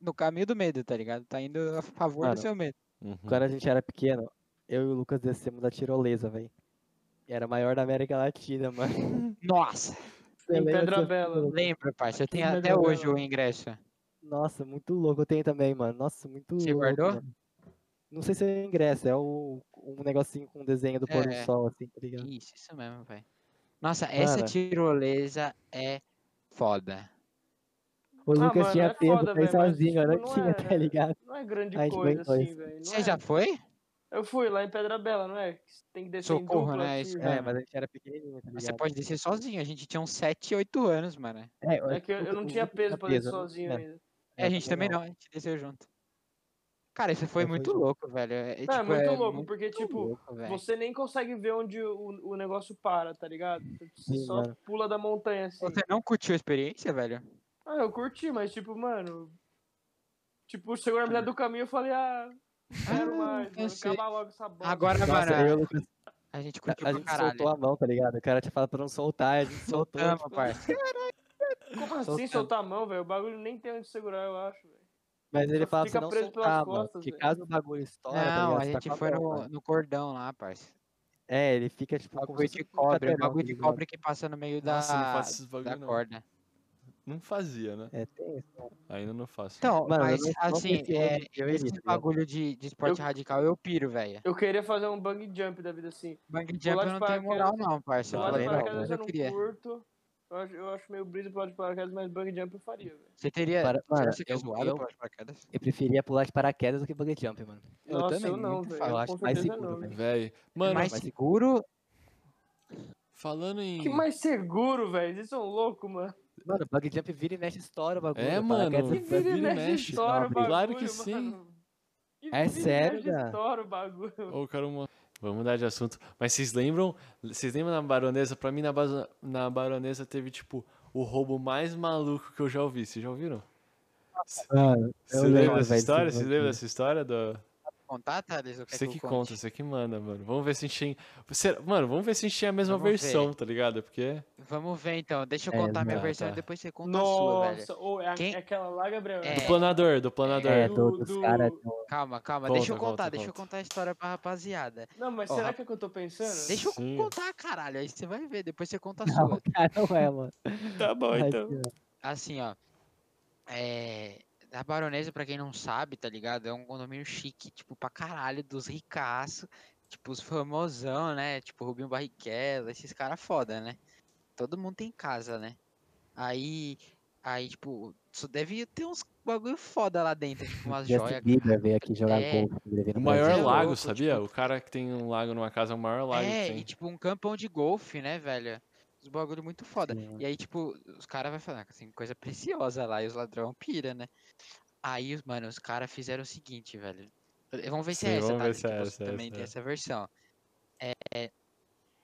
A: no caminho do medo, tá ligado? Tá indo a favor
D: Mano.
A: do seu medo.
B: Uhum.
D: Quando a gente era pequeno, eu e o Lucas descemos da tirolesa, velho. Era a maior da América Latina, mano. [LAUGHS]
A: Nossa,
D: Você
C: Em
D: lembra
C: Pedra
D: dessa
C: Bela.
D: tirolesa?
A: lembro, parça, eu tenho
D: Aqui,
A: até
D: mano,
A: hoje o ingresso.
D: Nossa, muito louco. Eu tenho também, mano. Nossa, muito
A: Você
D: louco,
A: guardou?
D: mano. Não sei se é o ingresso, é o, um negocinho com um desenho do pôr
A: É.
D: do sol, assim, tá ligado?
A: Isso, isso mesmo, velho. Nossa, essa
D: Cara.
A: tirolesa é foda.
D: O
C: Ah,
D: Lucas
C: mano,
D: tinha
C: é
D: peso
C: foda,
D: pra ir
C: velho, mas,
D: sozinho,
C: tipo,
D: eu não
C: não
D: tinha,
C: é-
D: tá ligado?
C: Não é grande
D: A gente
C: coisa
D: aguentou
C: assim,
D: isso.
C: velho. não
A: Você
C: é.
A: já foi?
C: Eu fui lá em Pedra Bela, não é? Que Tem que descer
A: Socorro,
C: em dupla
A: né?
C: aqui,
A: Isso
C: assim, velho.
D: É,
A: mesmo.
D: mas a gente era pequenininho, tá
A: Mas Você
D: ligado?
A: pode descer sozinho. A gente tinha uns 7, 8 anos, mano.
D: É, eu né?
C: É
D: acho
C: que eu,
D: o
C: eu não
D: Lucas
C: tinha
D: nunca
C: peso pra descer
D: eu não
C: sozinho
D: tinha.
C: ainda.
A: É, a gente também não. a gente desceu junto. Cara, isso foi
D: Eu fui
A: muito
D: junto.
A: louco, velho. É,
C: Não, é
A: tipo,
C: muito louco, porque,
A: muito
C: tipo,
A: louco, velho.
C: Você nem consegue ver onde o, o negócio para, tá ligado? Você
D: Sim,
C: só
D: mano.
C: pula da montanha assim.
A: Você não curtiu a experiência, velho?
C: Ah, eu curti, mas tipo, mano. Tipo, chegou na metade do caminho eu falei, ah, quero
A: Ah,
C: mais, mano.
A: cansei.
C: Acaba logo essa bosta.
A: Agora,
D: Nossa,
A: mano,
D: eu e o Lucas,
A: a gente
D: a-
A: né, curtiu
D: a
A: pra
D: gente
A: caralho.
D: soltou a mão, tá ligado? O cara tinha falado pra não soltar, a gente soltou.
A: Soltamos,
D: tipo, [LAUGHS]
A: parça.
C: Como assim
D: soltando.
C: soltar a mão, velho? O bagulho nem tem onde segurar, eu acho, velho.
D: Mas ele
C: Só
D: fala
C: fica
D: pra não
C: preso pelas
D: soltar, mano.
C: costas,
D: Porque
C: velho.
D: caso o bagulho estoura, tá
A: Não, a
D: ligado? Você tá
A: gente
D: com a
A: foi
D: mão,
A: no,
D: mano.
A: no cordão lá, parça. Tá
D: É, ele fica tipo. como se
A: Bagulho
D: fosse
A: de
D: um
A: cobre, o
D: cadeirão,
A: bagulho
D: tá
A: de
D: ligado?
A: cobre que passa no meio da,
B: Nossa, não faço esses
A: da
B: bagulho, não.
A: corda.
B: Não fazia, né?
D: É, tem isso.
B: Ainda não faço.
A: Então,
D: Mano, eu
A: mas
D: não- não
A: assim,
D: conheci
A: é,
D: ele, eu
A: esse
D: iria, tá ligado?
A: bagulho de, de esporte
C: Eu-
A: radical eu piro, velho.
C: Eu queria fazer um bang jump da vida assim.
A: Bang
C: pular
A: jump
C: de
A: eu não tenho moral
C: paraquedas-
A: não, parça.
D: Não,
C: Pular de
A: Falei,
D: também não,
A: não,
C: paraquedas
A: mas
C: eu
A: eu
C: não
A: queria.
C: curto. Eu acho, eu acho meio brisa pular de paraquedas, mas bang jump eu faria, velho.
A: Você teria...
D: Para-
A: será
D: mano,
A: que você quer
D: eu-
A: zoado
D: eu-
A: pular de paraquedas?
D: Eu preferia pular de paraquedas do que buggy jump, mano.
A: Eu
C: Nossa,
A: também,
C: eu não,
A: muito
C: velho.
A: fácil.
D: Eu
C: Eu
D: acho
C: Com
D: mais
C: certeza
D: seguro,
C: não,
D: velho.
C: velho.
B: Véi. Mano,
A: mais
D: mas-
A: seguro...
B: falando em.
C: Que mais seguro, velho. Vocês são loucos, mano.
D: Mano, bug jump vira e mexe estoura o bagulho.
B: É,
D: o
B: mano.
D: paraquedas
C: Que
B: Que
D: fica-
B: vira
C: vira
B: e
C: e mexe
B: mexe,
C: estoura o
B: nobre.
C: bagulho,
B: Claro que sim.
C: mano. Que vira
D: É
C: e
D: sério,
C: mexe
D: cara?
C: estoura o bagulho.
B: Ô, cara, uma- Vamos mudar de assunto. Mas vocês lembram? Vocês lembram na Baronesa? Pra mim, na, basa- na Baronesa teve, tipo, o roubo mais maluco que eu já ouvi. Vocês já ouviram?
D: Mano, eu
B: Você lembra
D: lembro,
B: dessa
D: velho,
B: história?
D: desse
B: Você lembra
D: bagulho.
B: dessa história? Do...
A: Contar, Thales? ou quer
B: Você
A: eu
B: que
A: conte?
B: conta, você que manda, mano. Vamos ver se a gente tem. Será- Mano, vamos ver se a gente tem a mesma
A: Vamos ver.
B: versão, tá ligado? Porque.
A: Vamos ver então, deixa eu
D: É,
A: contar minha
B: tá,
A: versão e
B: tá.
A: depois você conta a sua, velho.
C: Nossa, ou é, a-
A: Quem-
C: é aquela lá, Gabriel?
A: É.
B: Do planador, do planador.
D: É,
C: Do-
D: do, dos
C: do-
D: caras.
A: Calma, calma,
B: Conta,
A: deixa eu
B: conta,
A: contar, deixa eu
B: conta.
A: contar a história pra rapaziada.
C: Não, mas
A: Ó,
C: será
A: rap-
C: que é o que eu tô pensando?
A: Deixa eu
B: Sim.
A: contar, caralho, aí você vai ver, depois você conta a
D: Não,
A: sua.
D: [LAUGHS] cara, não é, mano.
B: Tá bom,
D: Ai,
B: então.
D: que-
A: assim, ó. É, a Baronesa, pra quem não sabe, tá ligado? É um condomínio chique, tipo, pra caralho, dos ricaços, tipo, os famosão, né? Tipo, Rubinho Barrichello, esses caras foda, né? Todo mundo tem casa, né? Aí, aí, tipo, só deve ter uns bagulho foda lá dentro, tipo, umas
D: Justin
A: joias.
D: Bieber veio aqui jogar
A: É.
D: golfe. quando ele veio no
B: O maior
D: Brasil.
A: louco,
B: lago, sabia?
A: tipo-
B: O cara que tem um lago numa casa é o maior lago
A: É,
B: que
A: e
B: tem.
A: tipo, um campão de golfe, né, velho? Os bagulho muito foda.
B: Uhum.
D: Sim, mano.
A: E aí, tipo, os caras vai falando, assim, coisa preciosa lá, e os ladrão pira, né? Aí, os- mano, os caras fizeram o seguinte, velho. Eh, Vamos ver se
B: Sim,
A: é essa,
B: vamos
A: tá?
B: ver
A: Que
B: se é
A: você
B: essa,
A: também
B: essa
A: tem
B: é.
A: essa versão. É, é,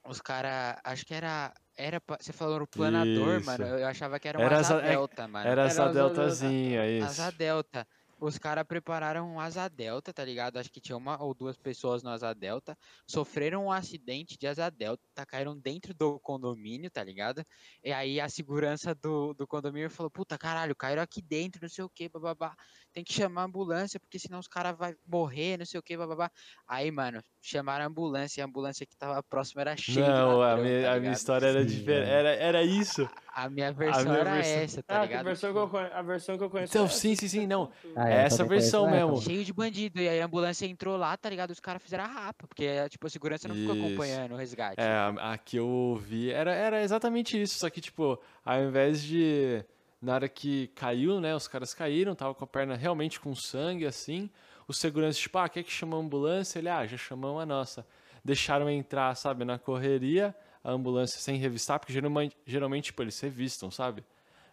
A: os caras, acho que era, era, pa- você falou no planador, mano,
B: Isso.
A: eu achava que era um
B: Era
A: asa
B: asa- é-
A: delta, mano.
B: Era
C: Era
B: essa
C: asa delta.
B: deltazinha, isso.
A: Asa Delta. Os caras prepararam um Asa Delta, tá ligado? Acho que tinha uma ou duas pessoas no Asa Delta. Sofreram um acidente de Asa Delta, caíram dentro do condomínio, tá ligado? E aí a segurança do, do condomínio falou: Puta caralho, caíram aqui dentro, não sei o que, bababá. Tem que chamar a ambulância, porque senão os caras vão morrer, não sei o que, bababá. Aí, mano, chamaram a ambulância e a ambulância que tava próxima era cheia. de
B: Não, a
A: ladrão,
B: minha,
A: tá
B: a minha
A: ligado?
B: história era
D: Sim,
B: diferente.
D: mano.
B: Era, era isso.
A: A minha versão
B: minha
A: era
B: versão-
A: essa, tá
C: Ah, que
A: ligado?
C: versão que
A: Tipo,
C: eu, con- a versão que eu conheço. é
B: Então,
C: essa.
B: sim, sim,
A: [LAUGHS]
B: sim, não.
D: Ah,
B: É
D: eu
B: essa
D: também conheço
B: versão
D: essa,
B: mesmo.
D: mano.
A: Cheio de bandido. E aí a ambulância entrou lá, tá ligado? Os caras fizeram a rapa. Porque, eh, tipo, a segurança não ficou
B: Isso.
A: acompanhando o resgate.
B: É, a, a que eu ouvi era, era exatamente isso. Só que, tipo, ao invés de. Na hora que caiu, né? Os caras caíram, tava com a perna realmente com sangue, assim. O segurança, tipo, ah, quer que chamou a ambulância? Ele, ah, já chamamos a nossa. Deixaram entrar, sabe, na correria, a ambulância sem revistar, porque geralmente, geralmente tipo, eles revistam, sabe?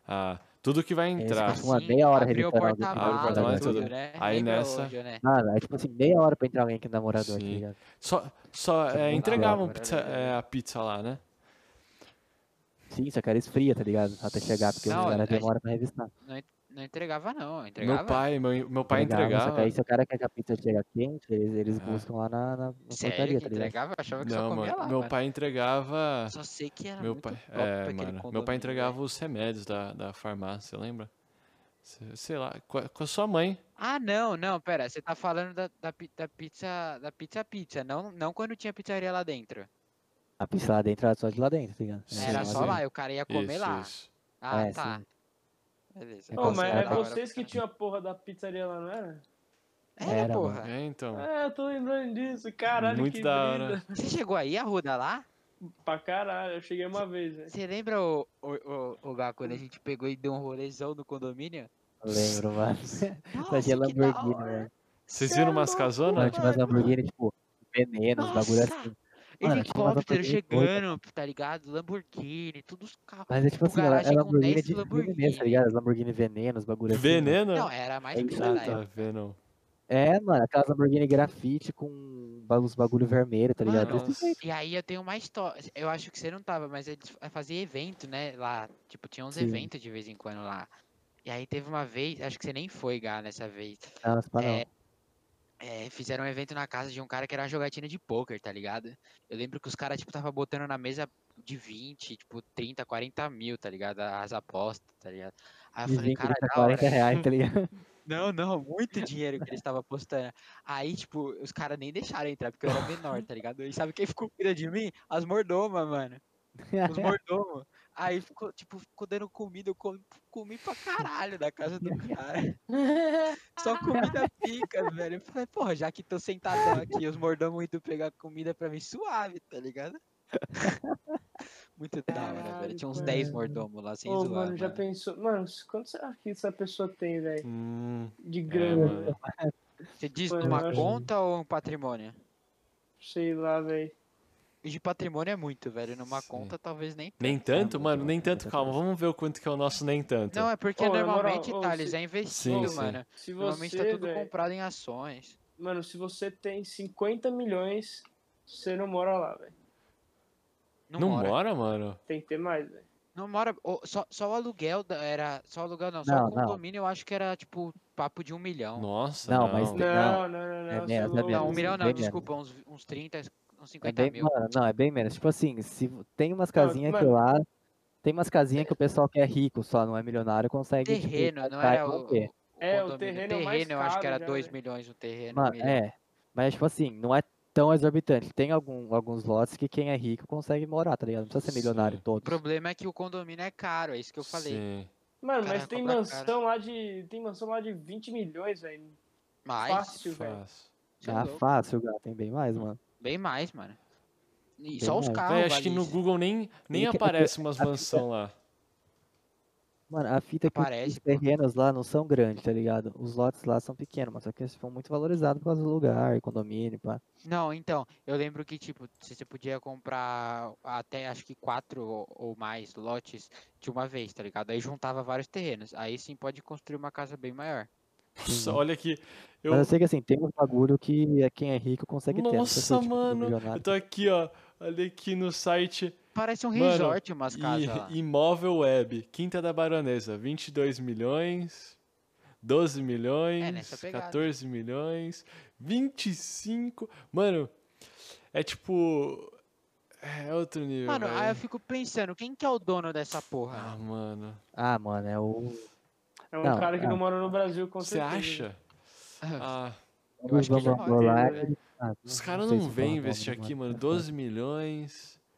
B: Ah, Tudo que vai
D: Eles
B: entrar.
D: passam uma meia hora
A: assim, abriu o
D: revisitando alguém que
B: Abre o
D: namora
A: porta-malas,
B: porta-malas,
D: alguém.
B: tudo.
A: né?
B: Aí
A: Lembra
B: nessa-
A: hoje, né?
D: Mano, é tipo assim, meia hora pra entrar alguém que é namorador, tá
B: Sim.
D: ligado?
B: Só, só
D: Tá
B: é,
D: bom,
B: entregavam
A: tá bom.
B: pizza- é, a pizza lá, né?
D: Sim, só que era esfria, tá ligado? Até chegar, porque
A: Não,
D: os
A: a
B: é
D: caras
A: gente-
D: demoram pra revistar. tá
A: Não entregava, não. Entregava.
B: Meu pai, meu, meu pai
D: Entregava, Só que
B: entregava.
D: aí se o cara quer que a pizza chega quente, eles, eles
B: Ah.
D: buscam lá na, na na
A: Sério
D: portaria,
A: que
D: tá ligado?
A: entregava? Eu achava que só
B: Não,
A: comia
B: mano.
A: lá,
B: Meu
A: mano.
B: pai entregava.
A: Só sei que era
B: Meu
A: muito
B: pai,
A: próprio
B: é,
A: aquele
B: mano, meu
A: condomínio,
B: pai
A: velho.
B: entregava os remédios da, da farmácia, lembra? Se- Sei lá, com a, com a sua mãe.
A: Ah, não, não, pera. Você tá falando da, da, pi- da pizza da pizza pizza, não, não quando tinha pizzaria lá dentro.
D: A pizza lá dentro era só de lá dentro, tá ligado?
B: Sim,
A: era só
B: sim.
A: lá, e o cara ia comer
B: Isso,
A: lá.
B: isso.
A: Ah,
D: É,
A: tá.
D: sim.
A: Beleza.
D: É
C: Não,
D: quase-
C: mas
D: é
C: era
D: da hora,
C: vocês que tinham a porra da pizzaria lá, não era?
A: É,
D: Era,
A: porra.
B: É, então.
A: Ah,
C: É, eu tô lembrando disso, caralho,
B: Muito
C: que
B: da
C: brisa.
B: hora.
A: Você chegou aí, Arruda, lá?
C: Pra caralho, eu cheguei uma vez, velho.
A: Você lembra, o, o, o, o Gaku, quando a gente pegou e deu um rolezão no condomínio?
D: Eu Lembro, mano. [LAUGHS]
A: Nossa,
D: Fazia
A: que da
D: Lamborghini, né?
A: hora.
D: mano.
B: Vocês
C: Cê
B: viram
C: é
B: umas
C: louco,
B: casonas?
D: Não, tinha umas Lamborghini, tipo, veneno, os bagulho
A: Nossa!
D: assim. Mano, tinha umas
A: Helicóptero
D: Lamborghini doida.
A: chegando, tá ligado? Lamborghini, todos os carros.
D: Mas é tipo
A: O
D: assim, ela,
A: garagem
D: é
A: com
D: Lamborghini
A: 10
D: de Lamborghini mesmo,
A: Lamborghini.
D: tá ligado? As Lamborghini veneno, os bagulho assim. mano.
B: Veneno?
A: Não, era mais
D: É
A: que
D: isso
A: isso, né?
D: aí,
B: Ah,
D: velho.
B: tá, Venom.
D: É, mano, aquelas Lamborghini grafite com ba- os bagulho vermelho, tá ligado?
A: Mano,
D: Desse jeito.
A: E aí eu tenho uma história. Eu acho que você não tava, mas é eles fa- faziam evento, né? Lá. Tipo, tinha uns
D: Sim.
A: eventos de vez em quando lá. E aí teve uma vez, acho que você nem foi, Gá, nessa vez.
D: Não, esse pá não.
A: É, é, fizeram um evento na casa de um cara que era uma jogatina de pôquer, tá ligado? Eu lembro que os caras, tipo, tava botando na mesa de 20, tipo, 30, 40 mil, tá ligado? As apostas, tá ligado? Aí eu
D: De
A: falei,
D: 20,
A: cara,
D: 30,
A: da hora.
D: 40 reais, tá ligado?
A: Não, não, [LAUGHS] muito dinheiro que eles estavam apostando. Aí, tipo, os caras nem deixaram entrar, porque eu era menor, tá ligado? E sabe quem ficou cuidando de mim? As mordomas, mano. Os mordomos. Aí ficou, tipo, ficou dando comida, eu comi, comi pra caralho da casa do cara.
C: Ah.
A: Só comida pica, velho. Eu falei, porra, já que tô sentadão aqui, os mordomos indo pegar comida pra mim suave, tá ligado? [LAUGHS] Muito da hora, velho.
C: Caralho,
A: Tinha uns 10
D: mano.
A: mordomos lá, sem
C: Ô,
A: zoar.
C: mano, já
A: mano.
C: pensou. Mano, quanto será que essa pessoa tem, velho?
B: Hum,
C: De
B: é,
C: grana,
B: mano.
A: Você diz
C: Mano, eu
A: numa
C: acho-
A: conta ou um patrimônio?
C: sei lá, velho.
A: E de patrimônio é muito, velho. Numa
B: Sim.
A: conta, talvez nem.
B: Nem tanto,
D: muito
B: mano,
D: bom,
B: nem
D: muito
B: tanto.
D: bom.
B: Calma, vamos ver o quanto que é o nosso nem tanto.
A: Não, é porque
C: Ô, na moral,
A: normalmente,
C: ô,
A: Thales,
C: se-
A: é investido,
B: sim.
A: mano.
C: Se
A: Normalmente
C: você,
A: tá tudo
C: véi,
A: comprado em ações.
C: Mano, se você tem 50 milhões, você não mora lá, velho.
A: Não,
B: Não
A: mora.
B: mora, mano?
C: Tem que ter mais, velho.
A: Não mora. ô, só, só o aluguel da- era. Só o aluguel não. Só
D: Não,
A: o
D: não.
A: condomínio eu acho que era, tipo, papo de um milhão. Não,
B: Nossa,
D: Não, mas
B: não.
D: tem-
C: Não, não, não, não.
D: É
C: você
D: menos, é
C: louco.
D: menos.
A: um milhão não,
D: bem
A: desculpa. Uns, uns 30, uns
D: É
A: 50
D: bem,
A: mil.
D: [LAUGHS] mano, não, é bem menos. Tipo assim, se vo- tem umas casinhas que
C: mano.
D: lá. Tem umas casinhas que o pessoal que é rico só, não é milionário, consegue. tipo,
A: Terreno, não
D: comprar e
A: era o.
D: manter.
C: É, o
A: condomínio.
C: terreno é o
A: terreno
C: mais
A: eu acho que
C: caro
A: era
C: já,
A: 2
C: né?
A: milhões o terreno. um
D: Mano,
A: milhão.
D: é. Mas, tipo assim, não é tão exorbitante. Tem algum, alguns lotes que quem é rico consegue morar, tá ligado? Não precisa ser milionário
B: Sim.
A: O
D: todos.
A: problema é que o condomínio é caro, é isso que eu falei.
B: Sim.
C: Mano,
A: Caralho,
C: mas tem
A: cobra
C: mansão lá de. Tem mansão lá de 20 milhões, velho.
A: Mas.
C: Fácil, velho.
B: Fácil.
A: cê é
D: ah,
A: louco.
D: fácil, gato, tem bem mais, mano.
A: Bem mais, mano. E
D: Bem
A: só os
D: mais.
A: carros.
B: Véi, acho que
A: Ah, vale
B: no
A: isso.
B: Google nem, nem
D: Ele que-
B: aparece umas
D: a fita-
B: mansão lá.
D: Mano, a fita é que os-
A: Aparece,
D: os
A: pô.
D: terrenos lá não são grandes, tá ligado? Os lotes lá são pequenos, mas só que eles são muito valorizados por causa do lugar, condomínio, pá.
A: Não, então, eu lembro que, tipo, se você podia comprar até acho que quatro ou, ou mais lotes de uma vez, tá ligado? Aí juntava vários terrenos. Aí sim pode construir uma casa bem maior.
B: Nossa,
D: Uhum.
B: olha aqui. Eu,
D: Mas eu sei que assim, tem um bagulho que é quem é rico consegue ter. não precisa
B: Nossa,
D: ser, tipo,
B: mano. Eu
D: milionário.
B: tô aqui, ó. Olha aqui no site
A: Parece um
B: Mano,
A: resort umas
B: i-
A: casas lá.
B: Imóvel Web, Quinta da Baronesa, 22 milhões, 12 milhões,
A: nessa pegada.
B: 14 milhões, 25. Mano, é tipo. É outro nível.
A: Mano, aí eu
B: velho.
A: fico pensando, quem que é o dono dessa porra?
B: Ah, mano.
D: Ah, mano, é o.
C: É um
D: Não,
C: cara que
D: é.
C: não mora no Brasil, com
B: Você
C: certeza.
B: acha? Ah,
A: Eu acho que ele
D: Vamos
A: mora.
C: pode,
D: lá.
C: né?
D: Ah,
B: os caras
D: sei
B: não
D: se
B: vêm
D: fala
B: investir
D: nome,
B: aqui, mano.
D: É
B: 12 milhões.
A: [LAUGHS]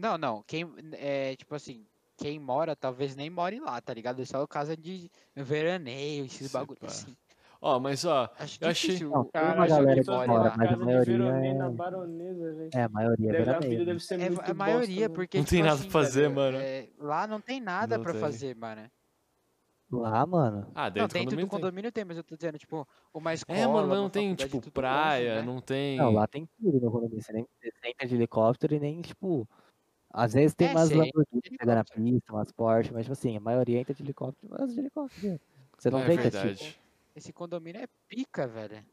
A: Não, não, quem, é, tipo assim, quem mora talvez nem more lá, tá ligado? É só casa de veraneio, esses
B: Se
A: bagulho
B: pá.
A: assim.
B: Ó, mas ó,
A: Acho
B: Eu achei-
A: difícil
D: Não,
A: o-
D: Tem uma
C: Caralho,
A: alguém
D: galera
A: que
D: que
C: só
A: more
C: tem
D: mora,
A: lá.
C: uma
D: mas a
C: casa de
D: maioria
C: veronês na
D: é-
C: baronesa, velho.
D: É, a maioria é né?
C: Deve- a vida
D: veraneio.
C: deve ser
A: É,
C: muito
A: a maioria,
C: bosta, né? velho.
A: porque
B: Não
A: tipo
B: tem nada
A: assim,
B: pra fazer,
A: velho,
B: mano.
A: é, lá não tem nada
B: Não
A: pra
B: tem.
A: fazer, mano.
D: Lá, mano.
B: ah,
A: Não,
B: dentro,
A: dentro
B: do
A: do
B: condomínio.
A: condomínio tem, mas eu tô dizendo, tipo, uma
B: tem.
A: escola.
B: É, mano,
A: uma
B: mas não tem,
A: faculdade,
B: tipo,
A: tudo longe,
B: praia,
A: né?
B: não tem.
D: Não, lá tem tudo no condomínio. Você nem você senta de helicóptero e nem, tipo, Às vezes tem
A: É,
D: umas
A: sim,
D: Lamborghini pegando na
A: helicóptero.
D: pista, umas Porsche, mas tipo assim, a maioria entra de helicóptero, mas de helicóptero. Você não
B: é
D: vê que é tipo,
B: verdade.
A: Esse condomínio é pica, velho.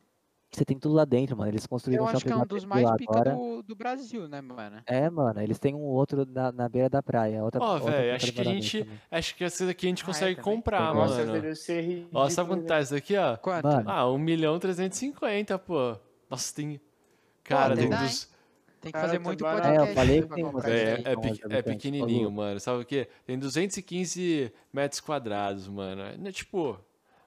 D: você tem tudo lá dentro, mano. Eles construíram
A: Eu
D: um
A: acho
D: shopping
A: que é um
D: lá
A: dos
D: dentro
A: mais
D: lá
A: pica
D: agora.
A: do, do Brasil, né, mano?
D: É, mano, eles têm um outro na, na beira da praia. Outra,
B: Ó,
D: outra
B: véi,
D: pra
B: acho que a
D: morar
B: gente-
D: dentro também.
B: Acho que essa daqui a gente
A: Ah, é,
B: consegue
A: também.
B: comprar,
C: Nossa,
B: mano.
C: velho, isso é ridículo.
B: Ó, sabe quanto tá isso daqui, ó?
A: Quanto?
D: Mano,
B: Ah, 1 milhão 350, pô. Nossa, tem. Cara,
A: Pô,
B: tem
A: dá,
B: uns.
A: Tem que
C: Cara,
A: fazer
C: tá
A: muito
C: barato.
A: podcast.
D: É, eu falei que
A: pra
D: tem
A: comprar
D: umas
A: isso
B: É,
A: aí.
D: gente,
B: é,
D: não,
B: pequ-
D: mas eu
B: é
D: tenho,
B: pequenininho,
D: falou.
B: mano. Sabe o quê? Tem 215 metros quadrados, mano. É, né, tipo,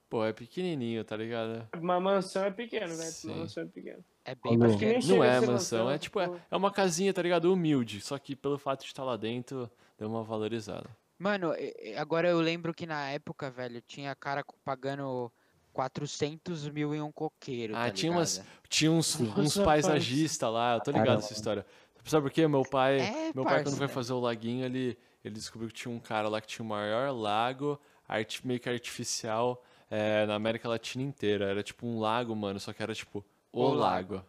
B: pô, é pequenininho, tá ligado?
C: Uma mansão é pequeno, velho.
B: Sim.
C: Uma mansão é pequeno.
A: É bem
D: Acho que
C: Que nem
A: baixinho.
B: Não
C: chega a
B: é
C: ser
B: mansão, é
C: essa
B: tipo, é,
C: porra.
B: é uma casinha, tá ligado? Humilde. Só que pelo fato de estar lá dentro, deu uma valorizada.
A: Mano, e- e agora eu lembro que na época, velho, tinha cara co- pagando 400 mil em um coqueiro,
B: Ah,
A: tá
B: tinha umas-
A: ligado?
B: Tinha uns,
D: Sim.
B: uns
C: Nossa,
B: paisagistas lá, eu tô ligado
D: Caramba.
B: nessa história. Sabe por quê? Meu pai,
A: É,
B: meu pai quando
A: parça.
B: foi fazer o laguinho, ele, ele descobriu que tinha um cara lá que tinha o maior lago, arte, meio que artificial, é, na América Latina inteira. Era tipo um lago, mano, só que era tipo o,
A: O
B: lago.